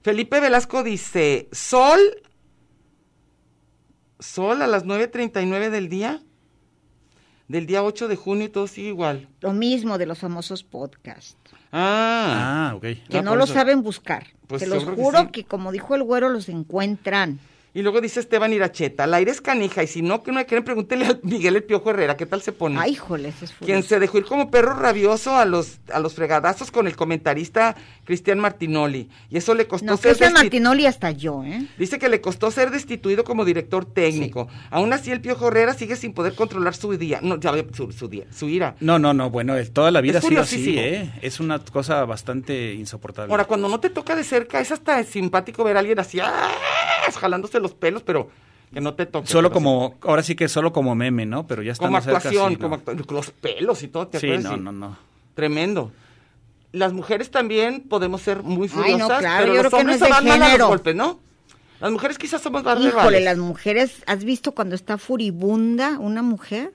Speaker 4: Felipe Velasco dice, sol, sol a las 9.39 del día, del día 8 de junio y todo sigue igual.
Speaker 2: Lo mismo de los famosos podcasts.
Speaker 4: Ah,
Speaker 5: Ah, ok.
Speaker 2: Que
Speaker 4: Ah,
Speaker 2: no
Speaker 4: por
Speaker 2: lo
Speaker 4: eso.
Speaker 2: saben buscar.
Speaker 4: Pues
Speaker 2: Te
Speaker 4: yo
Speaker 2: los
Speaker 4: creo que
Speaker 2: juro
Speaker 4: sí.
Speaker 2: que, como dijo el güero, los encuentran.
Speaker 4: y luego dice Esteban Iracheta, la aire es canija y si no, que no me quieren, pregúntele a Miguel el Piojo Herrera, ¿qué tal se pone?
Speaker 2: Ay, híjole, ese es
Speaker 4: quien
Speaker 2: furioso.
Speaker 4: se dejó ir como perro rabioso a los a los fregadazos con el comentarista Cristian Martinoli y eso le
Speaker 5: Pues
Speaker 4: costó
Speaker 2: No,
Speaker 4: ser
Speaker 2: Cristian
Speaker 4: desti-
Speaker 2: Martinoli hasta yo, ¿eh?
Speaker 4: dice que le costó ser destituido como director técnico. Aún así el Piojo Herrera sigue sin poder controlar su día, no ya ve, su, su día, su ira.
Speaker 5: No, no, no, bueno, eh, toda la vida
Speaker 4: Es
Speaker 5: ha sido así,
Speaker 4: curiosísimo.
Speaker 5: ¿eh? Es una cosa bastante insoportable.
Speaker 4: Ahora cuando no te toca de cerca es hasta simpático ver a alguien así ¡ah! jalándose los pelos, pero que no te toque.
Speaker 5: solo
Speaker 4: Pero
Speaker 5: como, ahora sí que solo como meme, ¿no? Pero ya
Speaker 4: sí, como
Speaker 5: estamos cerca,
Speaker 4: actuación,
Speaker 5: sí, ¿no?
Speaker 4: como actu- los pelos y todo, ¿te
Speaker 5: Sí,
Speaker 4: acuerdas?
Speaker 5: no,
Speaker 4: Sí.
Speaker 5: no, no.
Speaker 4: Tremendo. Las mujeres también podemos ser muy
Speaker 2: Ay,
Speaker 4: furiosas,
Speaker 2: no, claro,
Speaker 4: pero
Speaker 2: yo creo que
Speaker 4: los
Speaker 2: no
Speaker 4: hombres
Speaker 2: es de
Speaker 4: se van mal a
Speaker 2: género.
Speaker 4: los golpes, ¿no? Las mujeres quizás somos
Speaker 5: Ah,
Speaker 4: más
Speaker 2: Híjole,
Speaker 4: verbales.
Speaker 2: las mujeres, ¿has visto cuando está furibunda una mujer?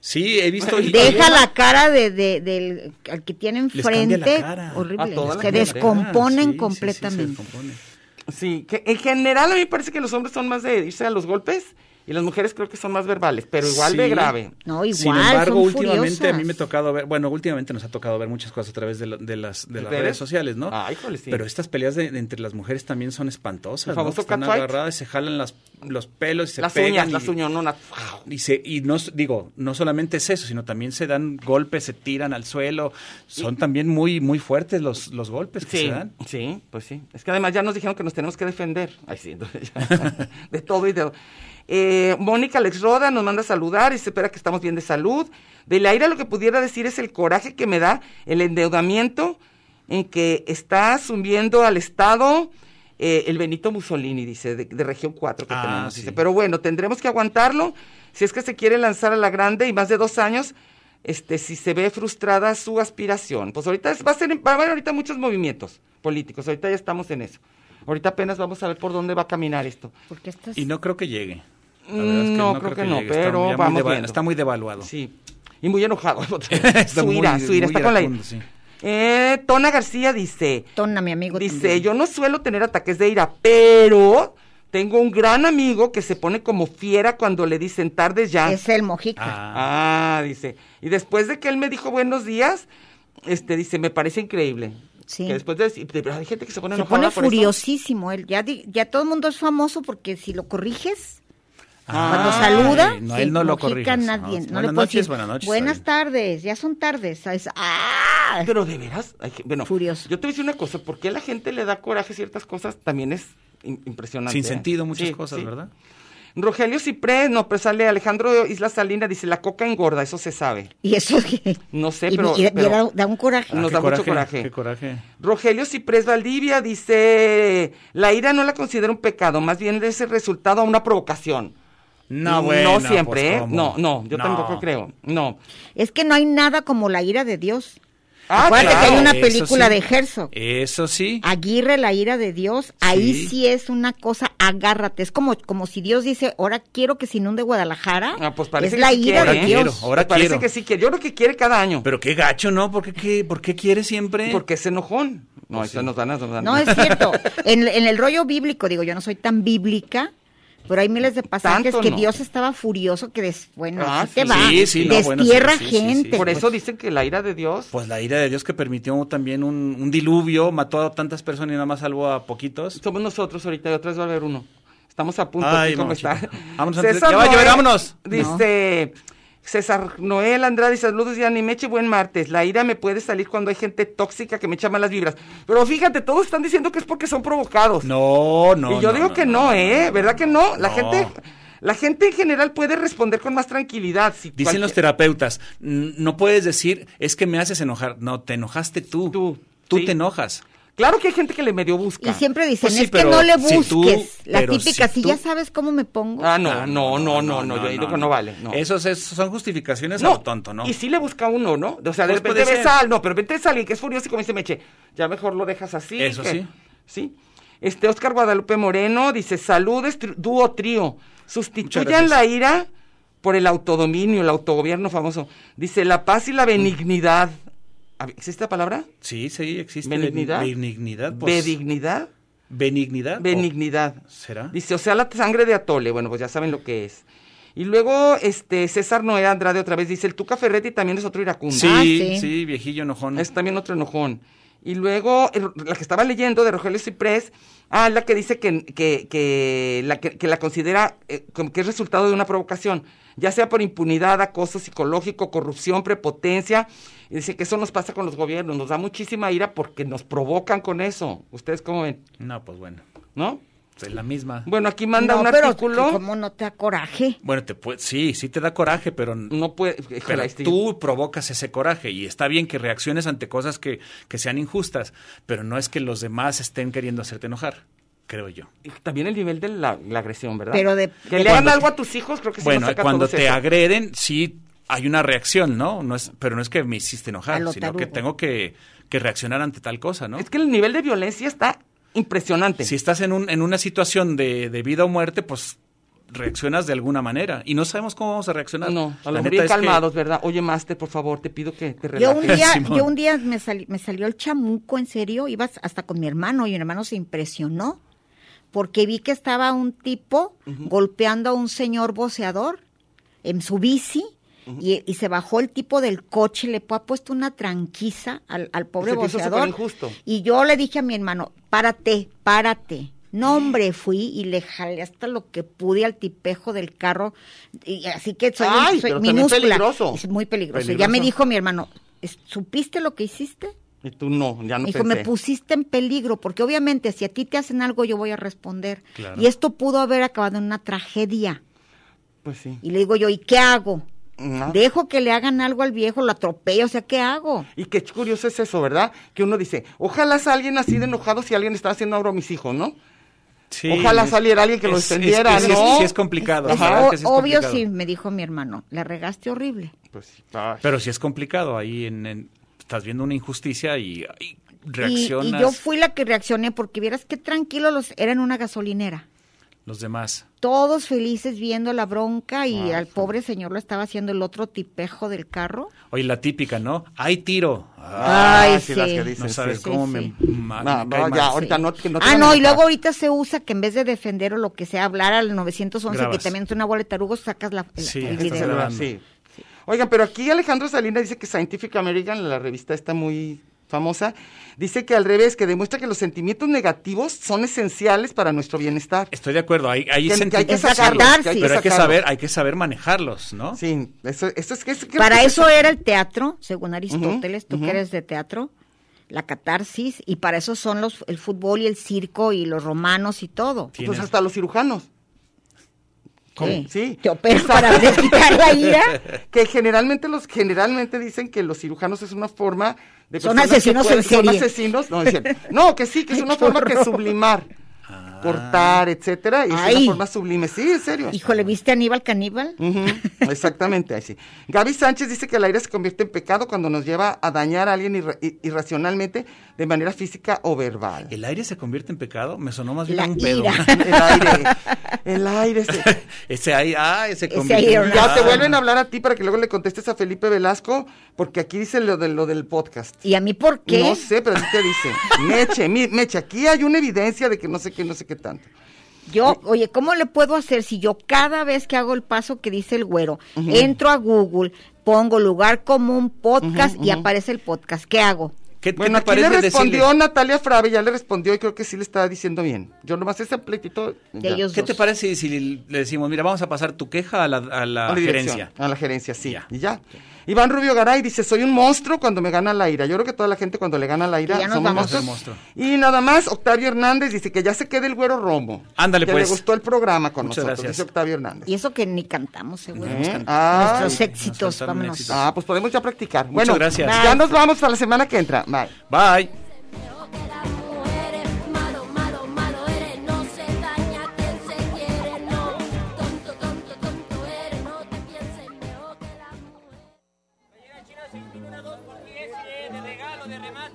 Speaker 5: Sí, he visto... y-
Speaker 2: Deja la cara de, de- del al que tiene
Speaker 5: Les cambia la
Speaker 2: enfrente.
Speaker 5: cara.
Speaker 2: Horrible.
Speaker 4: A toda la
Speaker 2: Se
Speaker 4: gente.
Speaker 2: descomponen
Speaker 5: Sí, sí, sí, se
Speaker 2: completamente.
Speaker 5: descomponen.
Speaker 4: Sí, que en general a mí me parece que los hombres son más de irse a los golpes y las mujeres creo que son más verbales, pero igual de
Speaker 5: Sí.
Speaker 4: grave.
Speaker 2: No, igual.
Speaker 5: Sin embargo,
Speaker 2: son
Speaker 5: últimamente a mí
Speaker 2: furiosas.
Speaker 5: me ha tocado ver, bueno, últimamente nos ha tocado ver muchas cosas a través de, la- de las, de las
Speaker 4: ¿Redes?
Speaker 5: redes sociales, ¿no?
Speaker 4: Ah, híjole, sí.
Speaker 5: Pero estas peleas de, de entre las mujeres también son espantosas.
Speaker 4: El
Speaker 5: ¿no?
Speaker 4: famoso
Speaker 5: Que Están
Speaker 4: catfight.
Speaker 5: agarradas y se jalan las, los pelos y se
Speaker 4: las
Speaker 5: pegan.
Speaker 4: uñas,
Speaker 5: y,
Speaker 4: las uñononas. ¡Wow!
Speaker 5: y se- y no, s- digo, no solamente es eso, sino también se dan golpes, se tiran al suelo. Son también muy, muy fuertes los, los golpes que
Speaker 4: Sí,
Speaker 5: se dan.
Speaker 4: sí, pues sí. Es que además ya nos dijeron que nos tenemos que defender. Ay, sí, entonces ya, de todo y de eh, Mónica Alex Roda nos manda a saludar y se espera que estamos bien de salud. Del aire lo que pudiera decir es el coraje que me da el endeudamiento en que está asumiendo al Estado eh, el Benito Mussolini, dice, de, de Región 4 que
Speaker 5: Ah,
Speaker 4: tenemos.
Speaker 5: sí.
Speaker 4: Dice. Pero bueno, tendremos que aguantarlo si es que se quiere lanzar a la grande y más de dos años, este, si se ve frustrada su aspiración. Pues ahorita es- va a ser, va a haber ahorita muchos movimientos políticos, ahorita ya estamos en eso. Ahorita apenas vamos a ver por dónde va a caminar esto.
Speaker 2: Porque estas-
Speaker 5: Y no creo que llegue. La verdad es que
Speaker 4: No, creo que, no,
Speaker 5: llegue. Está
Speaker 4: pero
Speaker 5: ya muy
Speaker 4: vamos
Speaker 5: deva-
Speaker 4: viendo.
Speaker 5: Está muy devaluado.
Speaker 4: Sí, y muy enojado.
Speaker 5: Está
Speaker 4: su
Speaker 5: muy-
Speaker 4: ira, su ira,
Speaker 5: muy
Speaker 4: está con la ira.
Speaker 5: iracundo, sí.
Speaker 4: Eh, Tona García dice,
Speaker 2: Tona, mi amigo.
Speaker 4: Dice,
Speaker 2: también.
Speaker 4: yo no suelo tener ataques de ira, pero tengo un gran amigo que se pone como fiera cuando le dicen tarde ya.
Speaker 2: Es el mojica.
Speaker 5: Ah.
Speaker 4: Ah, dice. Y después de que él me dijo buenos días, este dice, me parece increíble.
Speaker 2: Sí.
Speaker 4: Que después de decir- pero hay gente que se pone
Speaker 2: se
Speaker 4: enojada
Speaker 2: pone
Speaker 4: por eso.
Speaker 2: furiosísimo él. Ya, di- ya todo el mundo es famoso porque si lo corriges, cuando
Speaker 5: Ah,
Speaker 2: saluda,
Speaker 5: No,
Speaker 2: sí,
Speaker 5: él no lo
Speaker 2: mojica
Speaker 5: corrige.
Speaker 2: a nadie. No, le puedes
Speaker 5: buenas, noches,
Speaker 2: decir,
Speaker 5: buenas noches,
Speaker 2: Buenas
Speaker 5: oye.
Speaker 2: tardes, ya son tardes. ¿sabes? ¡Ah!
Speaker 4: Pero de veras, hay que- bueno,
Speaker 2: Furioso.
Speaker 4: yo te voy a decir una cosa, ¿por qué a la gente le da coraje ciertas cosas? También es im- impresionante.
Speaker 5: Sin
Speaker 4: ¿eh?
Speaker 5: sentido muchas
Speaker 4: Sí,
Speaker 5: cosas,
Speaker 4: sí.
Speaker 5: ¿verdad?
Speaker 4: Rogelio Ciprés, no, pero sale Alejandro Isla Salina, dice, la coca engorda, eso se sabe.
Speaker 2: Y eso que-
Speaker 4: No sé,
Speaker 2: y-
Speaker 4: pero-
Speaker 2: y- y
Speaker 4: pero-
Speaker 2: da, da un coraje.
Speaker 4: Nos
Speaker 5: Ah, qué
Speaker 4: da mucho coraje.
Speaker 5: Qué coraje.
Speaker 4: Rogelio Ciprés Valdivia dice, la ira no la considero un pecado, más bien es el resultado a una provocación.
Speaker 5: No, bueno.
Speaker 4: No siempre,
Speaker 5: pues,
Speaker 4: ¿eh?
Speaker 5: ¿cómo?
Speaker 4: No, no, yo tampoco creo. No.
Speaker 2: Es que no hay nada como la ira de Dios.
Speaker 4: Ah,
Speaker 2: Acuérdate que
Speaker 4: claro.
Speaker 2: hay una
Speaker 5: Eso
Speaker 2: película
Speaker 5: sí.
Speaker 2: de Herzog.
Speaker 5: Eso sí.
Speaker 2: Aguirre, la ira de Dios, ahí
Speaker 5: Sí.
Speaker 2: sí es una cosa, agárrate. Es como, como si Dios dice, ahora quiero que se inunde Guadalajara.
Speaker 4: Ah, pues parece
Speaker 2: es la
Speaker 4: que sí
Speaker 2: ira
Speaker 4: quiere,
Speaker 2: de
Speaker 4: ¿eh?
Speaker 5: quiero,
Speaker 2: Dios.
Speaker 5: ahora
Speaker 4: Me parece
Speaker 5: quiero.
Speaker 4: que sí quiere. Yo creo que quiere cada año.
Speaker 5: Pero eh. qué gacho, ¿no? ¿Por qué, qué- por qué quiere siempre?
Speaker 4: porque es enojón. No,
Speaker 5: Pues
Speaker 4: eso
Speaker 5: sí.
Speaker 4: nos van a... nos van a-
Speaker 2: No es cierto. En, en el rollo bíblico, digo, yo no soy tan bíblica, pero hay miles de pasajes
Speaker 4: Tanto
Speaker 2: que
Speaker 4: no.
Speaker 2: Dios estaba furioso que des, bueno,
Speaker 4: Ah,
Speaker 2: así te
Speaker 4: sí.
Speaker 2: va,
Speaker 5: Sí, sí, no, bueno, sí,
Speaker 2: destierra
Speaker 5: sí, sí, sí.
Speaker 2: gente.
Speaker 4: Por
Speaker 2: pues.
Speaker 4: eso dicen que la ira de Dios...
Speaker 5: Pues la ira de Dios que permitió también un, un diluvio, mató a tantas personas y nada más salvó a poquitos.
Speaker 4: Somos nosotros ahorita y otra vez va a haber uno. Estamos a punto.
Speaker 5: Ay,
Speaker 4: aquí como
Speaker 5: no,
Speaker 4: está.
Speaker 5: chico. Vámonos antes de- ya va a llover,
Speaker 4: Noé
Speaker 5: vámonos.
Speaker 4: Dice César Noel Andrade, dice, saludos y animeche, buen martes. La ira me puede salir cuando hay gente tóxica que me echa malas vibras. Pero fíjate, todos están diciendo que es porque son provocados.
Speaker 5: No, no.
Speaker 4: y yo
Speaker 5: no,
Speaker 4: digo
Speaker 5: no,
Speaker 4: que no, ¿eh? ¿Verdad que no? La
Speaker 5: No.
Speaker 4: gente... La gente en general puede responder con más tranquilidad. Si
Speaker 5: Dicen los
Speaker 4: cualquier-
Speaker 5: terapeutas, "Mm, no puedes decir, es que me haces enojar. No, te enojaste tú.
Speaker 4: Tú,
Speaker 5: Tú
Speaker 4: sí.
Speaker 5: te enojas.
Speaker 4: Claro que hay gente que le medio busca.
Speaker 2: Y siempre dicen,
Speaker 5: Pues sí,
Speaker 2: es que
Speaker 5: pero
Speaker 2: no le
Speaker 5: si
Speaker 2: busques.
Speaker 5: tú-
Speaker 2: la
Speaker 5: pero
Speaker 2: típica,
Speaker 5: si
Speaker 2: si,
Speaker 5: tú-
Speaker 2: ya sabes cómo me pongo.
Speaker 4: Ah, no, no, no, no, no, yo digo que no Eh, vale. No.
Speaker 5: Esos, esos son justificaciones a lo tonto, ¿no?
Speaker 4: Y sí le busca uno, ¿no? O sea, de
Speaker 5: Pues
Speaker 4: repente
Speaker 5: puede
Speaker 4: ves
Speaker 5: ser.
Speaker 4: al, no, pero de repente es alguien que es furioso y como dice Meche, ya mejor lo dejas así.
Speaker 5: Eso
Speaker 4: que-
Speaker 5: sí.
Speaker 4: Sí. Este Oscar Guadalupe Moreno dice, saludes, tri- dúo trío, sustituyan
Speaker 5: gracias.
Speaker 4: la ira por el autodominio, el autogobierno famoso. Dice, la paz y la benignidad. A ver, ¿Existe la palabra?
Speaker 5: Sí, sí, existe.
Speaker 4: Benignidad.
Speaker 5: ben- Benignidad. pues,
Speaker 4: Benignidad.
Speaker 5: benignidad. pues. o-
Speaker 4: Benignidad.
Speaker 5: ¿Será?
Speaker 4: Dice, o sea, la sangre de Atole. Bueno, pues ya saben lo que es. Y luego, este, César Noé Andrade otra vez dice, el Tuca Ferretti también es otro iracundo.
Speaker 5: Sí,
Speaker 2: Ah, sí.
Speaker 5: sí, viejillo enojón.
Speaker 4: Es también otro enojón. Y luego, el- la que estaba leyendo de Rogelio Ciprés, ah, la que dice que, que, que la, que, que la considera eh, como que es resultado de una provocación, ya sea por impunidad, acoso psicológico, corrupción, prepotencia. Y dice que eso nos pasa con los gobiernos, nos da muchísima ira porque nos provocan con eso. ¿Ustedes cómo ven?
Speaker 5: No, pues bueno,
Speaker 4: ¿No?
Speaker 5: es la misma.
Speaker 4: Bueno, aquí manda
Speaker 2: No,
Speaker 4: un
Speaker 2: pero
Speaker 4: artículo.
Speaker 2: ¿Cómo no te da coraje?
Speaker 5: Bueno, te puede, sí, sí te da coraje, pero, n-
Speaker 4: No puede. híjole,
Speaker 5: pero
Speaker 4: ahí estoy-
Speaker 5: tú provocas ese coraje y está bien que reacciones ante cosas que, que sean injustas, pero no es que los demás estén queriendo hacerte enojar, creo yo.
Speaker 4: También el nivel de la, la agresión, ¿verdad?
Speaker 2: Pero de-
Speaker 4: que
Speaker 2: de-
Speaker 4: le hagan
Speaker 5: cuando-
Speaker 4: algo a tus hijos, creo que sí
Speaker 5: bueno,
Speaker 4: nos saca
Speaker 5: cuando
Speaker 4: todos
Speaker 5: te
Speaker 4: eso.
Speaker 5: agreden, sí hay una reacción, ¿no? no es, pero no es que me
Speaker 2: A
Speaker 5: hiciste enojar,
Speaker 2: lo
Speaker 5: sino que
Speaker 2: tarugo.
Speaker 5: tengo que, que reaccionar ante tal cosa, ¿no?
Speaker 4: Es que el nivel de violencia está impresionante.
Speaker 5: Si estás en, un, en una situación de, de vida o muerte, pues reaccionas de alguna manera. Y no sabemos cómo vamos a reaccionar.
Speaker 4: No, a
Speaker 5: La
Speaker 4: los
Speaker 5: neta
Speaker 4: bien
Speaker 5: es que-
Speaker 4: calmados, ¿verdad? Oye, Master, por favor, te pido que te
Speaker 2: Yo
Speaker 4: relajes.
Speaker 2: un día,
Speaker 5: Simón.
Speaker 2: yo un día me, sali- me salió el chamuco, en serio, ibas hasta con mi hermano y mi hermano se impresionó. porque vi que estaba un tipo golpeando a un señor boceador en su bici. Y, y se bajó el tipo del coche, le pu- ha puesto una tranquiza al, al pobre
Speaker 4: Se te hizo
Speaker 2: boceador.
Speaker 4: superinjusto.
Speaker 2: Y yo le dije a mi hermano, párate, párate.
Speaker 4: Mm.
Speaker 2: No, hombre, fui y le jalé hasta lo que pude al tipejo del carro. Y así que soy, un-
Speaker 4: Ay,
Speaker 2: soy
Speaker 4: pero también
Speaker 2: minúscula.
Speaker 4: peligroso.
Speaker 2: Es muy peligroso. Ya
Speaker 4: Peligroso.
Speaker 2: me dijo mi hermano, "¿Es- ¿supiste lo que hiciste?
Speaker 4: Y tú no, ya no
Speaker 2: Me dijo,
Speaker 4: pensé.
Speaker 2: me pusiste en peligro, porque obviamente si a ti te hacen algo, yo voy a responder.
Speaker 5: Claro.
Speaker 2: Y esto pudo haber acabado en una tragedia.
Speaker 4: Pues sí.
Speaker 2: Y le digo yo, ¿y qué hago?
Speaker 4: Nada.
Speaker 2: Dejo que le hagan algo al viejo, lo atropello, o sea, ¿qué hago?
Speaker 4: Y qué curioso es eso, ¿verdad? Que uno dice, ojalá salga alguien así de enojado si alguien está haciendo algo a mis hijos, ¿no?
Speaker 5: Sí,
Speaker 4: Ojalá
Speaker 5: es-
Speaker 4: saliera alguien que lo
Speaker 5: es- es-
Speaker 4: defendiera,
Speaker 5: es- es-
Speaker 4: ¿no?
Speaker 5: sí es complicado.
Speaker 2: Es
Speaker 5: la verdad
Speaker 2: o-
Speaker 5: que sí es
Speaker 2: obvio
Speaker 5: complicado.
Speaker 2: sí, me dijo mi hermano, la regaste horrible.
Speaker 4: Pues sí. ay.
Speaker 5: Pero sí es complicado. Ahí en, en- estás viendo una injusticia y, y
Speaker 2: Y,
Speaker 5: reaccionas
Speaker 2: y yo fui la que reaccioné porque vieras qué tranquilo los era en una gasolinera.
Speaker 5: los demás.
Speaker 2: Todos felices viendo la bronca y al pobre señor lo estaba haciendo el otro tipejo del carro.
Speaker 5: Oye, la típica, ¿no? ¡Hay tiro! Ah,
Speaker 2: Ay,
Speaker 4: sí, las que
Speaker 2: sí.
Speaker 4: dicen,
Speaker 5: no sabes
Speaker 4: sí.
Speaker 5: cómo
Speaker 2: Sí,
Speaker 5: me,
Speaker 2: sí.
Speaker 5: ma-
Speaker 4: No,
Speaker 5: me cae
Speaker 4: no,
Speaker 5: mal.
Speaker 4: ya, ahorita
Speaker 2: Sí.
Speaker 4: no, que no te
Speaker 2: ah,
Speaker 4: van
Speaker 2: no,
Speaker 4: a
Speaker 2: y
Speaker 4: matar.
Speaker 2: luego ahorita se usa que en vez de defender o lo que sea, hablar al 911, que
Speaker 5: Grabas.
Speaker 2: también es una bola de tarugos, sacas la, el-
Speaker 5: Sí,
Speaker 2: el
Speaker 5: estás
Speaker 4: Estás
Speaker 2: video.
Speaker 5: grabando.
Speaker 4: Sí. Oigan, pero aquí Alejandro Salinas dice que Scientific American, la revista está muy famosa, dice que al revés, que demuestra que los sentimientos negativos son esenciales para nuestro bienestar.
Speaker 5: Estoy de acuerdo, hay, hay
Speaker 4: Que- que hay que
Speaker 5: sentimientos,
Speaker 2: sacarlos, que hay que
Speaker 5: pero hay que
Speaker 4: sacarlos.
Speaker 5: saber, hay que saber manejarlos, ¿no?
Speaker 4: Sí, eso, eso es que... pues, es- creo
Speaker 2: Para
Speaker 4: que
Speaker 2: eso era el teatro, según Aristóteles, tú
Speaker 4: ujú.
Speaker 2: que eres de teatro, la catarsis, y para eso son los el fútbol y el circo y los romanos y todo.
Speaker 4: Pues
Speaker 5: Tienes-
Speaker 4: hasta los cirujanos.
Speaker 2: Sí.
Speaker 4: Sí.
Speaker 2: Te operan para desquitar la ira.
Speaker 4: Que generalmente los generalmente dicen que los cirujanos es una forma de
Speaker 2: Son
Speaker 4: personas que
Speaker 2: asesinos en
Speaker 4: son
Speaker 2: serie.
Speaker 4: asesinos, no, es cierto. no, que sí, que es
Speaker 2: Ay,
Speaker 4: una
Speaker 2: qué
Speaker 4: forma que
Speaker 2: horror.
Speaker 4: sublimar, cortar, etcétera, y es
Speaker 2: Ay.
Speaker 4: una forma sublime, sí, en serio.
Speaker 2: Híjole, ¿viste a Aníbal Caníbal?
Speaker 4: Ujú, Exactamente, ahí sí. Gaby Sánchez dice que el aire se convierte en pecado cuando nos lleva a dañar a alguien irra- i- irracionalmente de manera física o verbal. El,
Speaker 5: ¿El aire se convierte en pecado? Me sonó más bien
Speaker 2: La
Speaker 5: a un pedo.
Speaker 2: ira.
Speaker 4: aire, el aire. se-
Speaker 5: ese aire, ah, se
Speaker 2: Ese
Speaker 5: convierte
Speaker 2: aire,
Speaker 5: en-
Speaker 2: ¿no?
Speaker 4: Ya te
Speaker 5: Ah.
Speaker 4: vuelven a hablar a ti para que luego le contestes a Felipe Velasco, porque aquí dice lo, de, lo del podcast.
Speaker 2: ¿Y a mí por qué?
Speaker 4: No sé, pero así te dice. Meche, mi- Meche, aquí hay una evidencia de que no sé qué, no sé qué tanto.
Speaker 2: Yo, oye, ¿cómo le puedo hacer si yo cada vez que hago el paso que dice el güero, entro a Google, pongo lugar común podcast y aparece el podcast? ¿Qué hago?
Speaker 5: ¿Qué, qué
Speaker 4: Bueno,
Speaker 5: te
Speaker 4: aquí
Speaker 5: parece
Speaker 4: le respondió
Speaker 5: decirle-
Speaker 4: Natalia Frave, ya le respondió y creo que sí le estaba diciendo bien. Yo nomás ese pleitito.
Speaker 2: De
Speaker 4: ya.
Speaker 2: ellos
Speaker 5: ¿Qué
Speaker 2: dos.
Speaker 5: te parece si le decimos, mira, vamos a pasar tu queja a la, a la
Speaker 4: a la dirección,
Speaker 5: gerencia?
Speaker 4: A la gerencia, sí.
Speaker 5: Ya.
Speaker 4: Y ya. Iván Rubio Garay dice, soy un monstruo cuando me gana la ira. Yo creo que toda la gente cuando le gana la ira
Speaker 2: Que ya nos
Speaker 4: somos
Speaker 2: vamos.
Speaker 4: monstruos.
Speaker 5: Es un monstruo.
Speaker 4: Y nada más, Octavio Hernández dice que ya se quede el güero romo.
Speaker 5: Ándale,
Speaker 4: que
Speaker 5: pues.
Speaker 4: le gustó el programa con
Speaker 5: Muchas
Speaker 4: nosotros,
Speaker 5: gracias.
Speaker 4: dice Octavio Hernández.
Speaker 2: Y eso que ni cantamos, seguro.
Speaker 4: ¿Eh? Ah.
Speaker 2: Nuestros
Speaker 5: Nos
Speaker 2: éxitos,
Speaker 5: faltaron
Speaker 2: vámonos.
Speaker 5: éxitos.
Speaker 4: Ah, pues podemos ya practicar.
Speaker 5: Muchas
Speaker 4: bueno,
Speaker 5: gracias.
Speaker 4: ya nos vamos a la semana que entra. Bye.
Speaker 5: Bye.
Speaker 8: Creo que las mujeres, malo, malo, malo eres, no se daña quien se quiere, no. Tonto, tonto, tonto eres, no te pienses peor que las mujeres.